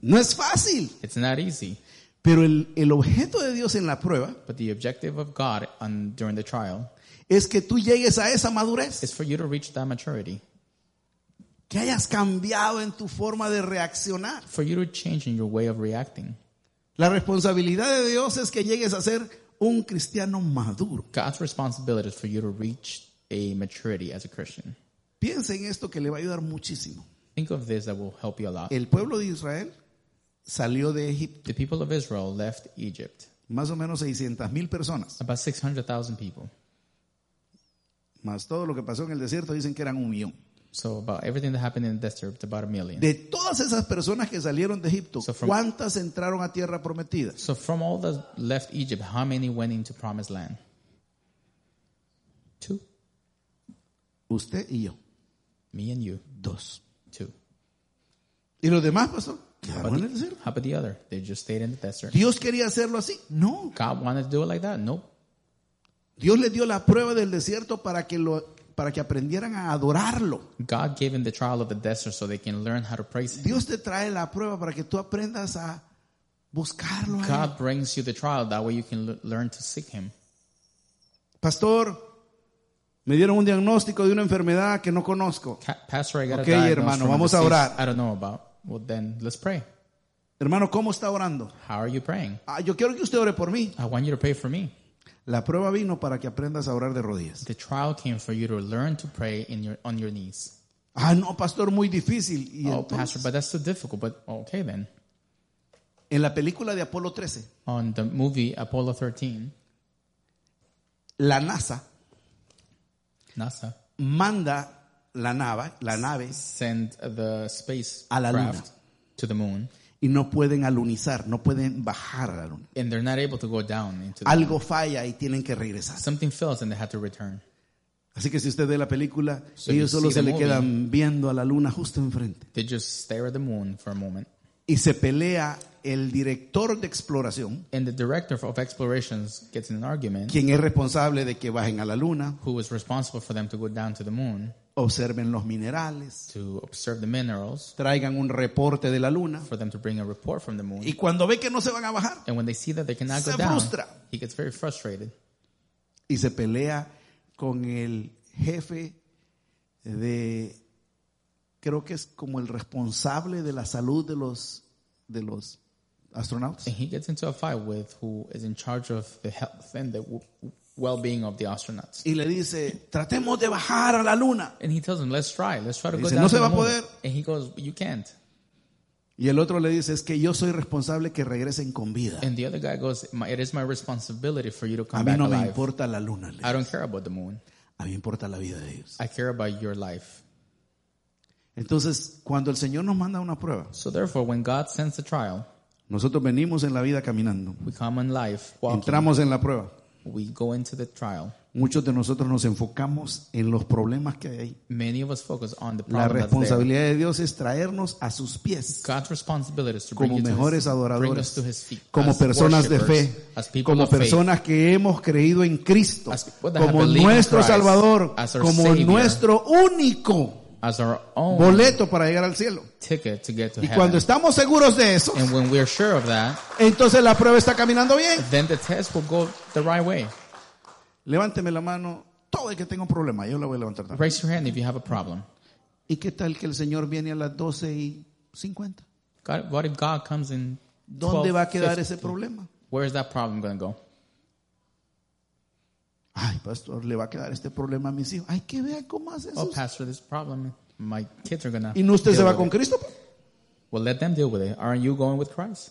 No es fácil, It's not easy, pero el, el objeto de Dios en la prueba but the objective of God on, during the trial es que tú llegues a esa madurez, is for you to reach that maturity, que hayas cambiado en tu forma de reaccionar. for you to change in your way of reacting. La responsabilidad de Dios es que llegues a ser un cristiano maduro. God's responsibility is for you to reach a maturity as a Christian. Piensa en esto que le va a ayudar muchísimo. Think of this that will help you a lot. El pueblo de Israel salió de Egipto, The people of Israel left Egypt, más o menos 600 mil personas, about 600,000 people. más todo lo que pasó en el desierto, dicen que eran un millón. So about everything that happened in the desert, about a million. De todas esas personas que salieron de Egipto, So from- ¿cuántas entraron a tierra prometida? So from all that left Egypt, how many went into promised land? Two. Usted y yo, Me and you. dos. Two. ¿Y los demás, pastor? Quedaron en el desierto. How about the other? They just stayed in the desert. ¿Dios quería hacerlo así? No. God wanted to do it like that? Nope. Dios les dio la prueba del desierto para que, lo, para que aprendieran a adorarlo. God gave him the trial of the desert so they can learn how to praise him. Dios te trae la prueba para que tú aprendas a buscarlo. a Él. God brings you the trial. That way you can l- learn to seek him. Pastor, me dieron un diagnóstico de una enfermedad que no conozco. Ca- Pastor, I got Okay, a diagnosis hermano, from a vamos a disease orar. I don't know about. Well, then let's pray. Hermano, ¿cómo está orando? How are you praying? Ah, yo quiero que usted ore por mí. I want you to pray for me. La prueba vino para que aprendas a orar de rodillas. The trial came for you to learn to pray in your on your knees. Ah, no, pastor, muy difícil. Y Oh, entonces, Pastor, but that's so difficult. But okay then. en la película de Apolo 13, on the movie Apollo 13, la NASA NASA manda la nave, la nave sent the space A la luna. craft to the moon, y no pueden alunizar, no pueden bajar a la luna. and they're not able to go down into the Algo falla y tienen que regresar. something fails, and they had to return. Así que si usted ve la película, So ellos you solo see se the le movie. quedan viendo a la luna justo enfrente. They just stare at the moon for a moment, Y se pelea el director de exploración, and the director of explorations gets in an argument. quien es responsable de que bajen a la luna, Who was responsible for them to go down to the moon observen los minerales, to observe the minerals, traigan un reporte de la luna. for them to bring a report from the moon? Y cuando ve que no se van a bajar, And when they see that they cannot Se go down, frustra. he gets very frustrated. y se pelea con el jefe de, creo que es como el responsable de la salud de los, de los astronautas. And he gets into a fight with who is in charge of the health and the w- well-being of the astronauts. Y le dice, tratemos de bajar a la luna. And he tells him, "Let's try. Let's try to Le go dice, down "No se to the va a moon." poder. And he goes, "You can't." Y el otro le dice, es que yo soy responsable que regresen con vida. And the other guy goes, "My- "It is my responsibility for you to A come mí back no me alive. importa la luna, le dice. I don't care about the moon. a mí me importa la vida de ellos. I care about your life." Entonces, cuando el Señor nos manda una prueba, So therefore, when God sends a trial, nosotros venimos en la vida caminando, we come in life, walking, entramos en la prueba. we go into the trial. Muchos de nosotros nos enfocamos en los problemas que hay ahí. Many of us focus on the La problem that's there. responsabilidad de Dios es traernos a sus pies God's responsibility is to bring, como you to mejores his, bring us adoradores, to His feet, como as personas de worshipers, fe, as people como of faith. personas que hemos creído en Cristo, As people that have como believed in nuestro Christ, Salvador, as our como Savior. nuestro único as our own boleto para llegar al cielo. ticket to get to Y heaven. cuando estamos seguros de eso, And when we're sure of that, entonces la prueba está caminando bien. then the test will go the right way. Levánteme la mano, todo el que tenga un problema, yo la voy a levantar también. Raise your hand if you have a problem. ¿Y qué tal que el Señor viene a las 12 y 50? God, what if God comes in? ¿Dónde 12, va a quedar 15? ese problema? Where is that problem going to go? Ay, pastor, le va a quedar este problema a mis hijos. Ay, que vean cómo hace Oh, eso. pastor, this problem. My kids are going to. ¿Y no usted se va con Cristo? pues? Well, let them deal with it. Aren't you going with Christ?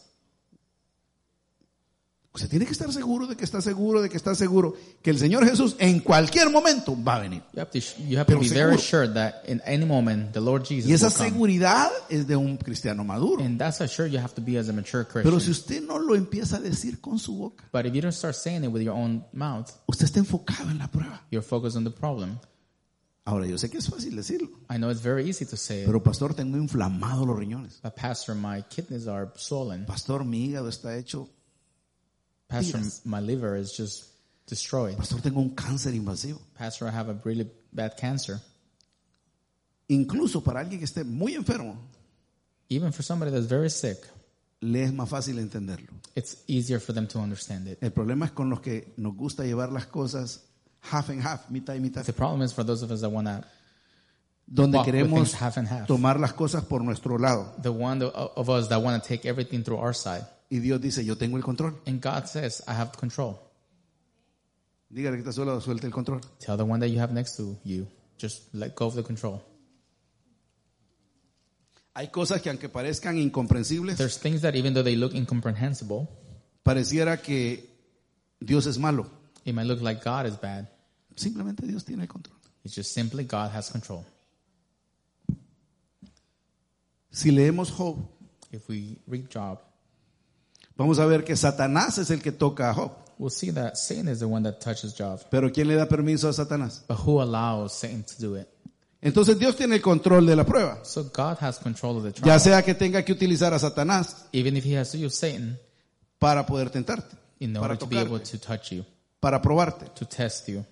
Usted tiene que estar seguro de que está seguro, de que está seguro, que el Señor Jesús en cualquier momento va a venir. You have to, you have to Pero be seguro. very sure that in any moment, the Lord Jesus Y esa will come. seguridad es de un cristiano maduro. And that's how sure you have to be as a mature Christian. Pero si usted no lo empieza a decir con su boca, But if you don't start saying it with your own mouth, usted está enfocado en la prueba. you're focused on the problem. Ahora, yo sé que es fácil decirlo, I know it's very easy to say it, pero pastor, tengo inflamados los riñones. but pastor, my kidneys are swollen. Pastor, mi hígado está hecho. Pastor, Yes. my liver is just destroyed. Pastor, tengo un cáncer invasivo. Pastor, I have a really bad cancer. Incluso para alguien que esté muy enfermo, Even for somebody that's very sick, le es más fácil entenderlo. it's easier for them to understand it. El problema es con los que nos gusta llevar las cosas half and half, mitad y mitad. The problem is for those of us that want to, Donde Walk with queremos things half and half. tomar las cosas por nuestro lado. the one tho- of us that want to take everything through our side. Y Dios dice, yo tengo el control. And God says, I have control. Dígale que está solo, suelte el control. Tell the one that you have next to you, just let go of the control. Hay cosas que aunque parezcan incomprensibles, There's things that even though they look incomprehensible, pareciera que Dios es malo. it might look like God is bad. Simplemente Dios tiene el control. It's just simply God has control. Si leemos Job, If we read Job, vamos a ver que Satanás es el que toca a Job. we'll see that Satan is the one that touches Job. Pero ¿quién le da permiso a Satanás? But who allows Satan to do it? Entonces Dios tiene el control de la prueba. So God has control of the trial. Ya sea que tenga que utilizar a Satanás Even if he has to use Satan para poder tentarte, in order para to be able tocarte, to touch you, para probarte. to test you.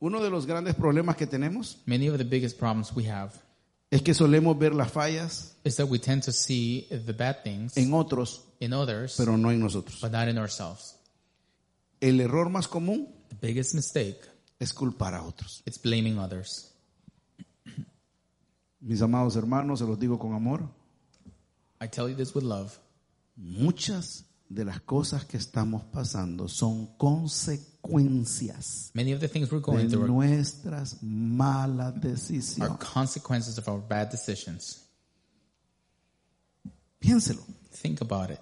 Uno de los grandes problemas que tenemos Many of the biggest problems we have es que solemos ver las fallas is that we tend to see the bad things en otros, in others, pero no en nosotros. but not in ourselves. El error más común The biggest mistake es culpar a otros. is blaming others. Mis amados hermanos, se los digo con amor, I tell you this with love. muchas de las cosas que estamos pasando son consecuencias Many of the things we're de going through nuestras malas are decisiones. consequences of our bad decisions. Piénselo. Think about it.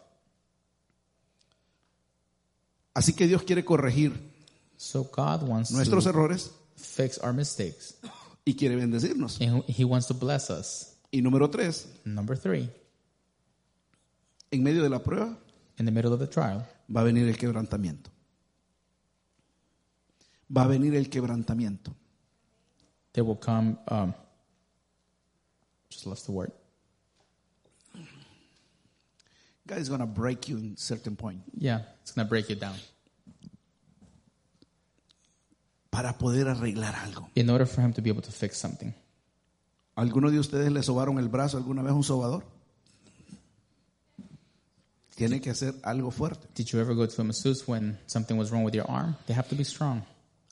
Así que Dios quiere corregir So God wants nuestros to errores fix our mistakes, y quiere bendecirnos. and He wants to bless us. Y número tres, Number three, en medio de la prueba in the middle of the trial, va a venir el quebrantamiento. Va a venir el quebrantamiento. there will come. Um, just lost the word. God is going to break you in certain point. Yeah, it's gonna break you down. Para poder arreglar algo. In order for Him to be able to fix something, ¿Alguno de ustedes le sobaron el brazo alguna vez a un sobador? Tiene que hacer algo fuerte. did you ever go to a masseuse when something was wrong with your arm? They have to be strong.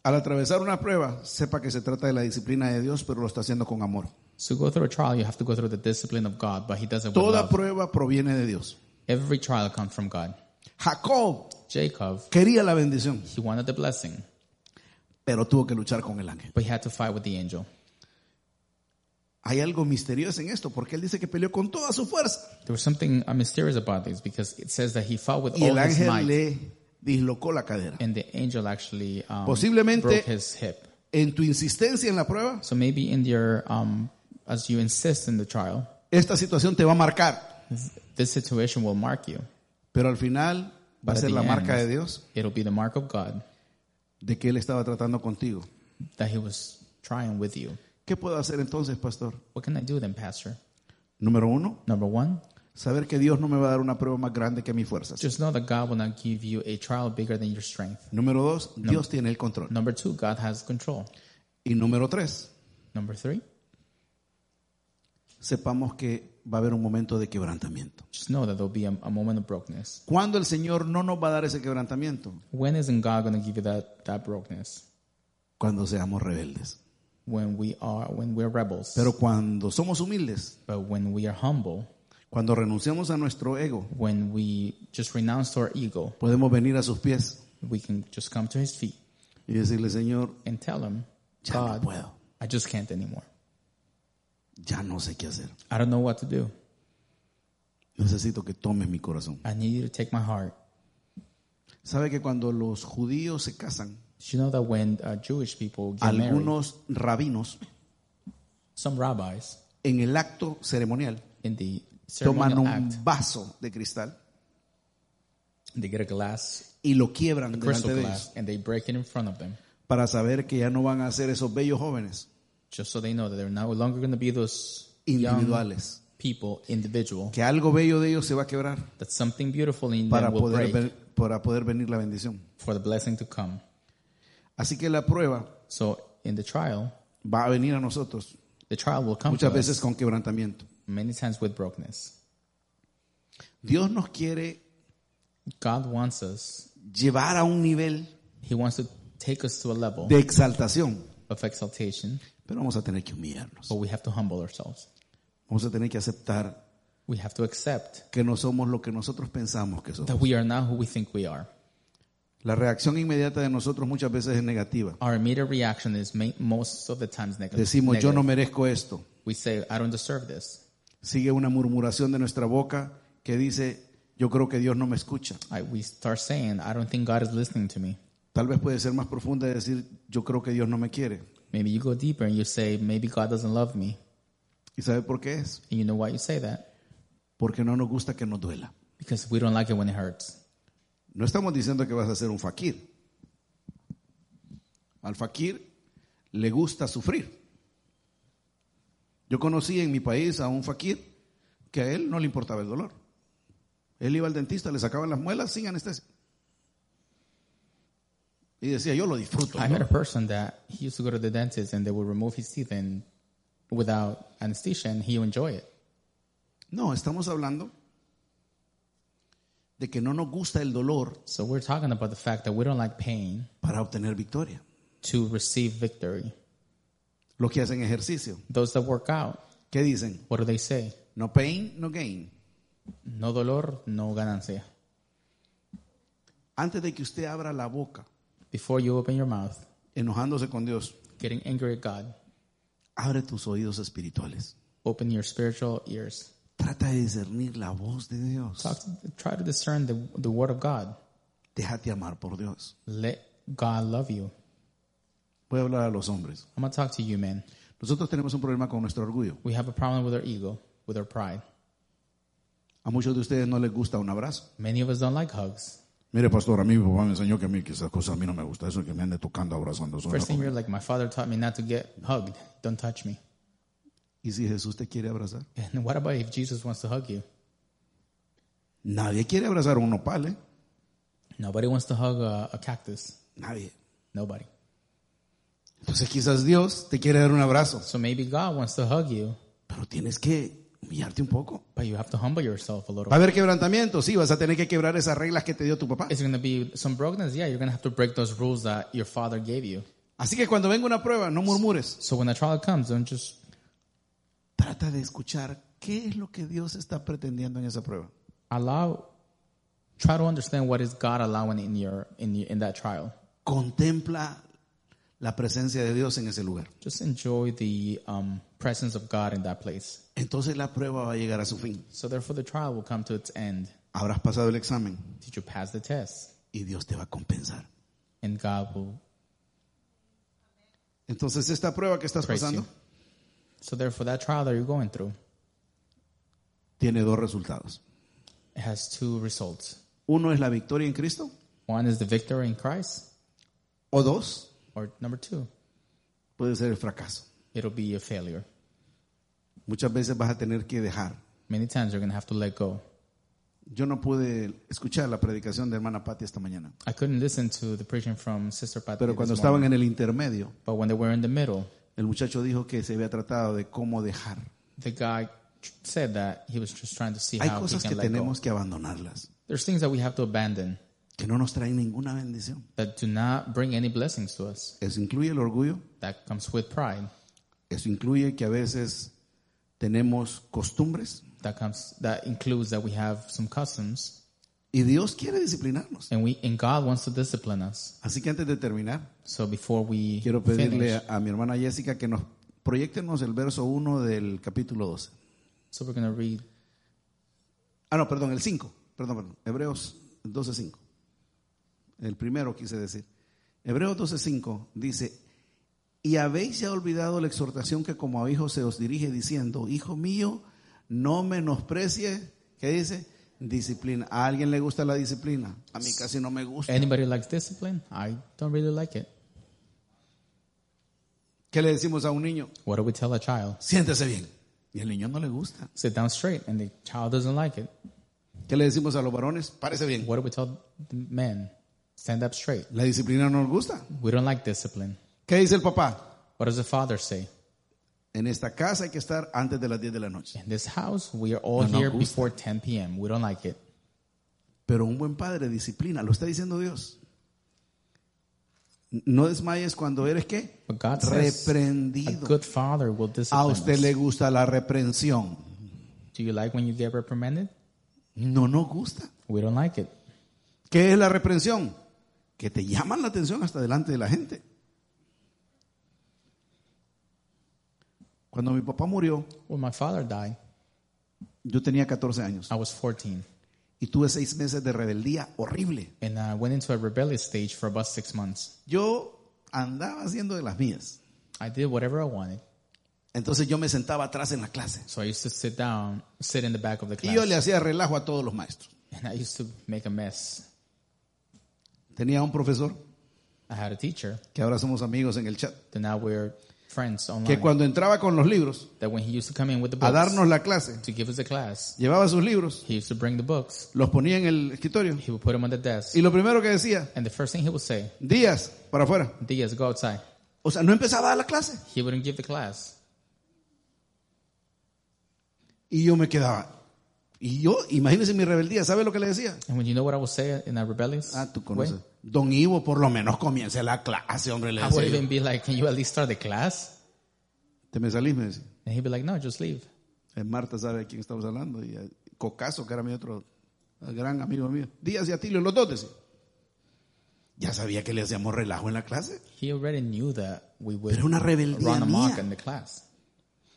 Al atravesar una prueba, sepa que se trata de la disciplina de Dios, pero lo está haciendo con amor. So go through a trial. You have to go through the discipline of God, but He does it with Toda love. prueba proviene de Dios. Every trial comes from God. Jacob Jacob, quería la bendición, he wanted the blessing, pero tuvo que luchar con el ángel. but he had to fight with the angel. Hay algo misterioso en esto, porque él dice que peleó con toda su fuerza. There was something uh, mysterious about this because it says that he fought with Y all el his might, ángel le dislocó la cadera. and the angel actually um, Posiblemente- broke his hip. En tu insistencia en la prueba, So maybe in your, um, as you insist in the trial, esta situación te va a marcar, this- this situation will mark you. pero al final va a But at ser the la end- marca de Dios It'll be the mark of God de que él estaba tratando contigo. that he was trying with you. ¿Qué puedo hacer entonces, pastor? What can I do then, Pastor? Número uno, Number one, saber que Dios no me va a dar una prueba más grande que mis fuerzas. just know that God will not give you a trial bigger than your strength. Número dos, Dios tiene el control. Number two, God has control. Y número tres, Number three, sepamos que va a haber un momento de quebrantamiento. just know that there'll be a, a moment of brokenness. ¿Cuándo el Señor no nos va a dar ese quebrantamiento? When isn't God going to give you that, that brokenness? Cuando seamos rebeldes. When we are, when we're rebels. Pero cuando somos humildes, but when we are humble, cuando renunciamos a nuestro ego, when we just renounce our ego, podemos venir a sus pies we can just come to his feet y decirle, Señor, and tell him, ya no God, puedo, I just can't anymore. ya no sé qué hacer. I don't know what to do. Necesito que tomes mi corazón. I need you to take my heart. ¿Sabe que cuando los judíos se casan, Did you know that when uh, Jewish people get married, algunos rabinos some rabbis en el acto ceremonial in the toman ceremonial act, un vaso de cristal they get a glass, y lo quiebran delante crystal de glass, ellos and they break it in front of them, para saber que ya no van a ser esos bellos jóvenes just so they know that they're no longer going to be those young individuales, people, individual, que algo bello de ellos se va a quebrar that something beautiful in para them will poder break ver- para poder venir la bendición. for the blessing to come. Así que la prueba So in the trial, va a venir a nosotros the trial will come to muchas us, veces con quebrantamiento. many times with brokenness. Dios nos quiere God wants us, llevar a un nivel He wants to take us to a level de exaltación, of exaltation, pero vamos a tener que humillarnos. but we have to humble ourselves. Vamos a tener que aceptar We have to accept que no somos lo que nosotros pensamos que somos. that we are not who we think we are. La reacción inmediata de nosotros muchas veces es negativa. Our immediate reaction is ma- most of the times neg- negative. Decimos, yo no merezco esto. We say, I don't deserve this. Sigue una murmuración de nuestra boca que dice, yo creo que Dios no me escucha. I, we start saying, I don't think God is listening to me. Tal vez puede ser más profunda y decir, yo creo que Dios no me quiere. Maybe you go deeper and you say, maybe God doesn't love me. ¿Y sabe por qué es? And you know why you say that? Porque no nos gusta que nos duela. Because we don't like it when it hurts. No estamos diciendo que vas a ser un fakir. Al fakir le gusta sufrir. Yo conocí en mi país a un fakir que a él no le importaba el dolor. Él iba al dentista, le sacaban las muelas sin anestesia. Y decía, yo lo disfruto. I ¿no? met a person that he used to go to the dentist and they would remove his teeth and without anesthesia and he would enjoy it. No, estamos hablando de que no nos gusta el dolor So we're talking about the fact that we don't like pain para obtener victoria. to receive victory. Los que hacen ejercicio, Those that work out, ¿qué dicen? what do they say? No pain, no gain. No dolor, no ganancia. Antes de que usted abra la boca Before you open your mouth, enojándose con Dios, getting angry at God, abre tus oídos espirituales. open your spiritual ears. Trata de discernir la voz de Dios. Talk to, try to discern the, the word of God. Déjate amar por Dios. Let God love you. Voy a hablar a los hombres. I'm going to talk to you, man. Nosotros tenemos un problema con nuestro orgullo. We have a problem with our ego, with our pride. A muchos de ustedes no les gusta un abrazo. Many of us don't like hugs. Mire, pastor, a mí mi papá me enseñó que a mí que esas cosas a mí no me gusta. Eso que me ande tocando, abrazando. eso no First thing me- you're like, my father taught me not to get hugged. Don't touch me. ¿Y si Jesús te quiere abrazar? And what about if Jesus wants to hug you? Nadie quiere abrazar un nopal, ¿eh? Nobody wants to hug a, a cactus. Nadie. Nobody. Entonces quizás Dios te quiere dar un abrazo. So maybe God wants to hug you, Pero tienes que humillarte un poco. but you have to humble yourself a little. Va a haber quebrantamiento, sí, vas a tener que quebrar esas reglas que te dio tu papá. It's going to be some brokenness. Yeah, you're going to have to break those rules that your father gave you. Así que cuando venga una prueba, no murmures. So when the trial comes, don't just Trata de escuchar qué es lo que Dios está pretendiendo en esa prueba. allow. Try to understand what is God allowing in your in your, in that trial. Contempla la presencia de Dios en ese lugar. Just enjoy the um, presence of God in that place. Entonces la prueba va a llegar a su fin. So therefore, the trial will come to its end. Habrás pasado el examen Did you pass the test? y Dios te va a compensar. and God will Entonces esta prueba que estás praise pasando you. So therefore, that trial that you're going through, tiene dos resultados. it has two results. Uno es la victoria en Cristo One is the victory in Christ, o dos or number two, puede ser el fracaso. it'll be a failure. Muchas veces vas a tener que dejar. Many times you're gonna have to let go. Yo no pude escuchar la predicación de hermana Patti esta mañana, I couldn't listen to the preaching from Sister Patty, pero cuando this estaban morning, en el intermedio, but when they were in the middle, El muchacho dijo que se había tratado de cómo dejar. The guy said that he was just trying to see Hay how he cosas que can let go. tenemos que abandonarlas, There's things that we have to abandon que no nos traen ninguna bendición. that do not bring any blessings to us. Eso incluye el orgullo, That comes with pride. eso incluye que a veces tenemos costumbres That comes that includes that we have some customs y Dios quiere disciplinarnos. and we and God wants to discipline us. Así que antes de terminar, So before we quiero finish, pedirle a mi hermana Jessica que nos proyectenos el verso 1 del capítulo 12. so we're gonna read Ah, no, perdón, el 5. Perdón, perdón. Hebreos 12.5. El primero quise decir. Hebreos 12.5 dice, y habéis ya olvidado la exhortación que como a hijos se os dirige diciendo, hijo mío, no menosprecies, ¿qué dice? Disciplina. ¿A alguien le gusta la disciplina? A mí casi no me gusta. anybody likes discipline? I don't really like it. ¿Qué le decimos a un niño? What do we tell a child? Siéntese bien. Y al niño no le gusta. Sit down straight and the child doesn't like it. ¿Qué le decimos a los varones? Parece bien. What do we tell the men? Stand up straight. La disciplina no nos gusta. We don't like discipline. ¿Qué dice el papá? What does the father say? En esta casa hay que estar antes de las 10 de la noche. In this house, we are all No nos here gusta. before 10 p.m. We don't like it. Pero un buen padre disciplina, lo está diciendo Dios. No desmayes cuando eres qué? But God says a Reprendido. good father will discipline A usted us. le gusta la reprensión. Do you like when you get reprimanded? No nos gusta. We don't like it. ¿Qué es la reprensión? Que te llaman la atención hasta delante de la gente. Cuando mi papá murió, When my father died, yo tenía 14 años I was 14, y tuve seis meses de rebeldía horrible. and I went into a rebellious stage for about six months. Yo andaba haciendo de las mías. I did whatever I wanted. Entonces yo me sentaba atrás en la clase So I used to sit down, sit in the back of the y class, yo le hacía relajo a todos los maestros. and I used to make a mess. Tenía un profesor, I had a teacher, que ahora somos amigos en el chat, then now we're friends que online. cuando entraba con los libros that when he used to come in with the a books darnos la clase, to give us a class, llevaba sus libros, he used to bring the books. los ponía en el escritorio He would put them on the desk, y lo primero que decía, and the first thing he would say, días para afuera. "Diaz, go outside." O sea, no empezaba a dar la clase. He wouldn't give the class. Y yo me quedaba. Y yo, imagínense mi rebeldía, ¿sabe lo que le decía? And when you know what I would say in a rebellious Ah, tú way, conoces. Ah, Don Ivo, por lo menos comience la clase, hombre, le I would decía. yo. even be like, "Can you at least start the class?" Te me salís, me decía. And he'd be like, "No, just leave." Eh, Marta sabe de quién estamos hablando. Y eh, Cocaso, que era mi otro eh, gran amigo mío. Díaz y Atilio, los dos decía. Ya sabía que le hacíamos relajo en la clase. He already knew that we would Pero una rebeldía run amok in mía. the class.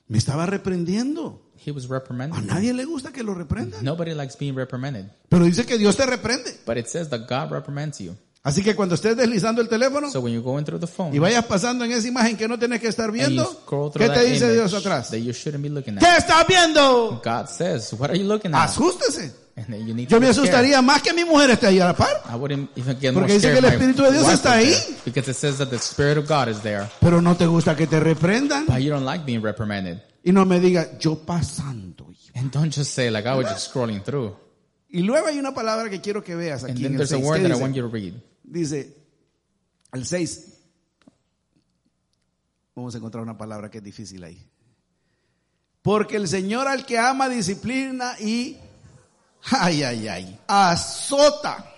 Me estaba reprendiendo. He was A reprimanded. nadie le gusta que lo reprendan. Nobody likes being reprimanded, Pero dice que Dios te reprende. but it says that God reprimands you. Así que cuando estés deslizando el teléfono So when you're going through the phone y vayas pasando en esa imagen que no tienes que estar and you viendo, scroll through ¿qué te that dice image Dios atrás? that you shouldn't be looking at, ¿Qué estás viendo? God says, "What are you looking at?" Asústese. And then you need Ah, Yo to me be scared. asustaría más que mi mujer esté ahí a la par. I wouldn't even get Porque more dice que scared el if my Espíritu de Dios wife está was ahí. there. Because it says that the Spirit of God is there. Pero no te gusta que te reprendan. But you don't like being reprimanded. Y no me diga, yo pasando. And don't just say, like, I was just scrolling through. Y luego hay una palabra que quiero que veas And aquí en then el there's a 6. word that I dice? want you to read. Dice, el 6. Vamos a encontrar una palabra que es difícil ahí. Porque el Señor al que ama disciplina y, ay, ay, ay, azota.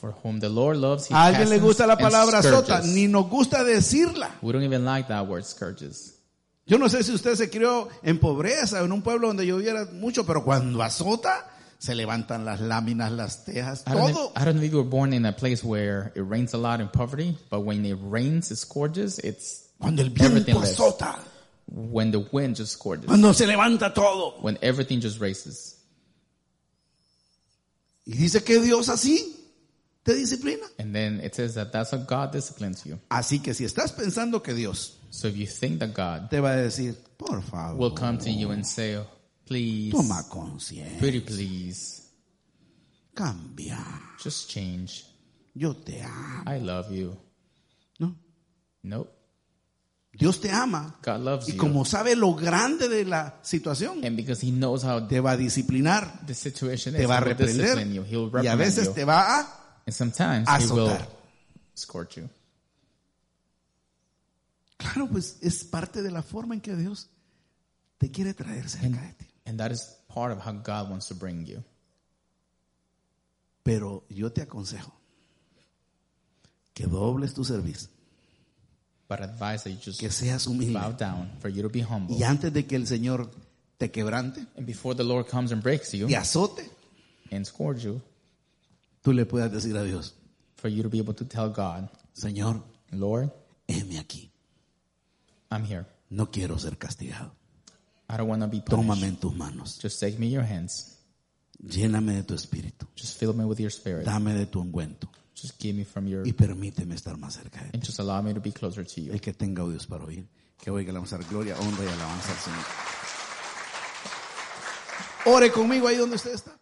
For whom the Lord loves, he A alguien le chastens gusta la and palabra azota, scourges. ni nos gusta decirla. We don't even like that word, scourges. Yo no sé si usted se crió en pobreza, en un pueblo donde lloviera mucho, pero cuando azota, se levantan las láminas, las tejas, I don't, know todo. if, I don't know if you were born in a place where it rains a lot in poverty, but when it rains, it scourges. It's Cuando el everything viento lifts. azota, when the wind just scourges, cuando se levanta todo. when everything just races. Y dice que Dios así te disciplina. And then it says that that's how God disciplines you. Así que si estás pensando que Dios So if you think that God te va a decir, por will favor, come to you and say, "Oh, please, toma conciencia, pretty please, cambia, just change. yo te amo. I love you. ¿No? Nope. Dios te ama God loves y you. como sabe lo grande de la situación, and because he knows how te va a disciplinar, the situation is, te va a he will discipline reprender you. He will y a reprimand veces you. te va a And sometimes he azotar. will scorch you. Claro, pues es parte de la forma en que Dios te quiere traer cerca de ti. And that is part of how God wants to bring you. Pero yo te aconsejo que dobles tu servicio, But advise that you just que seas humilde. bow down for you to be humble. Y antes de que el Señor te quebrante, And before the Lord comes and breaks you te azote, and scourges you, tú le puedas decir a Dios, for you to be able to tell God, Señor, Lord, heme aquí. I'm here. No quiero ser castigado. I don't want to be punished. Tómame en tus manos. Just take me in your hands. Lléname de tu espíritu. Just fill me with your spirit. Dame de tu ungüento. Just give me from your, Y permíteme estar más cerca de ti. and just allow me to be closer to you. El que tenga oídos para oír, que oiga la dar gloria, honra y alabanza al Señor. Ore conmigo ahí donde usted está.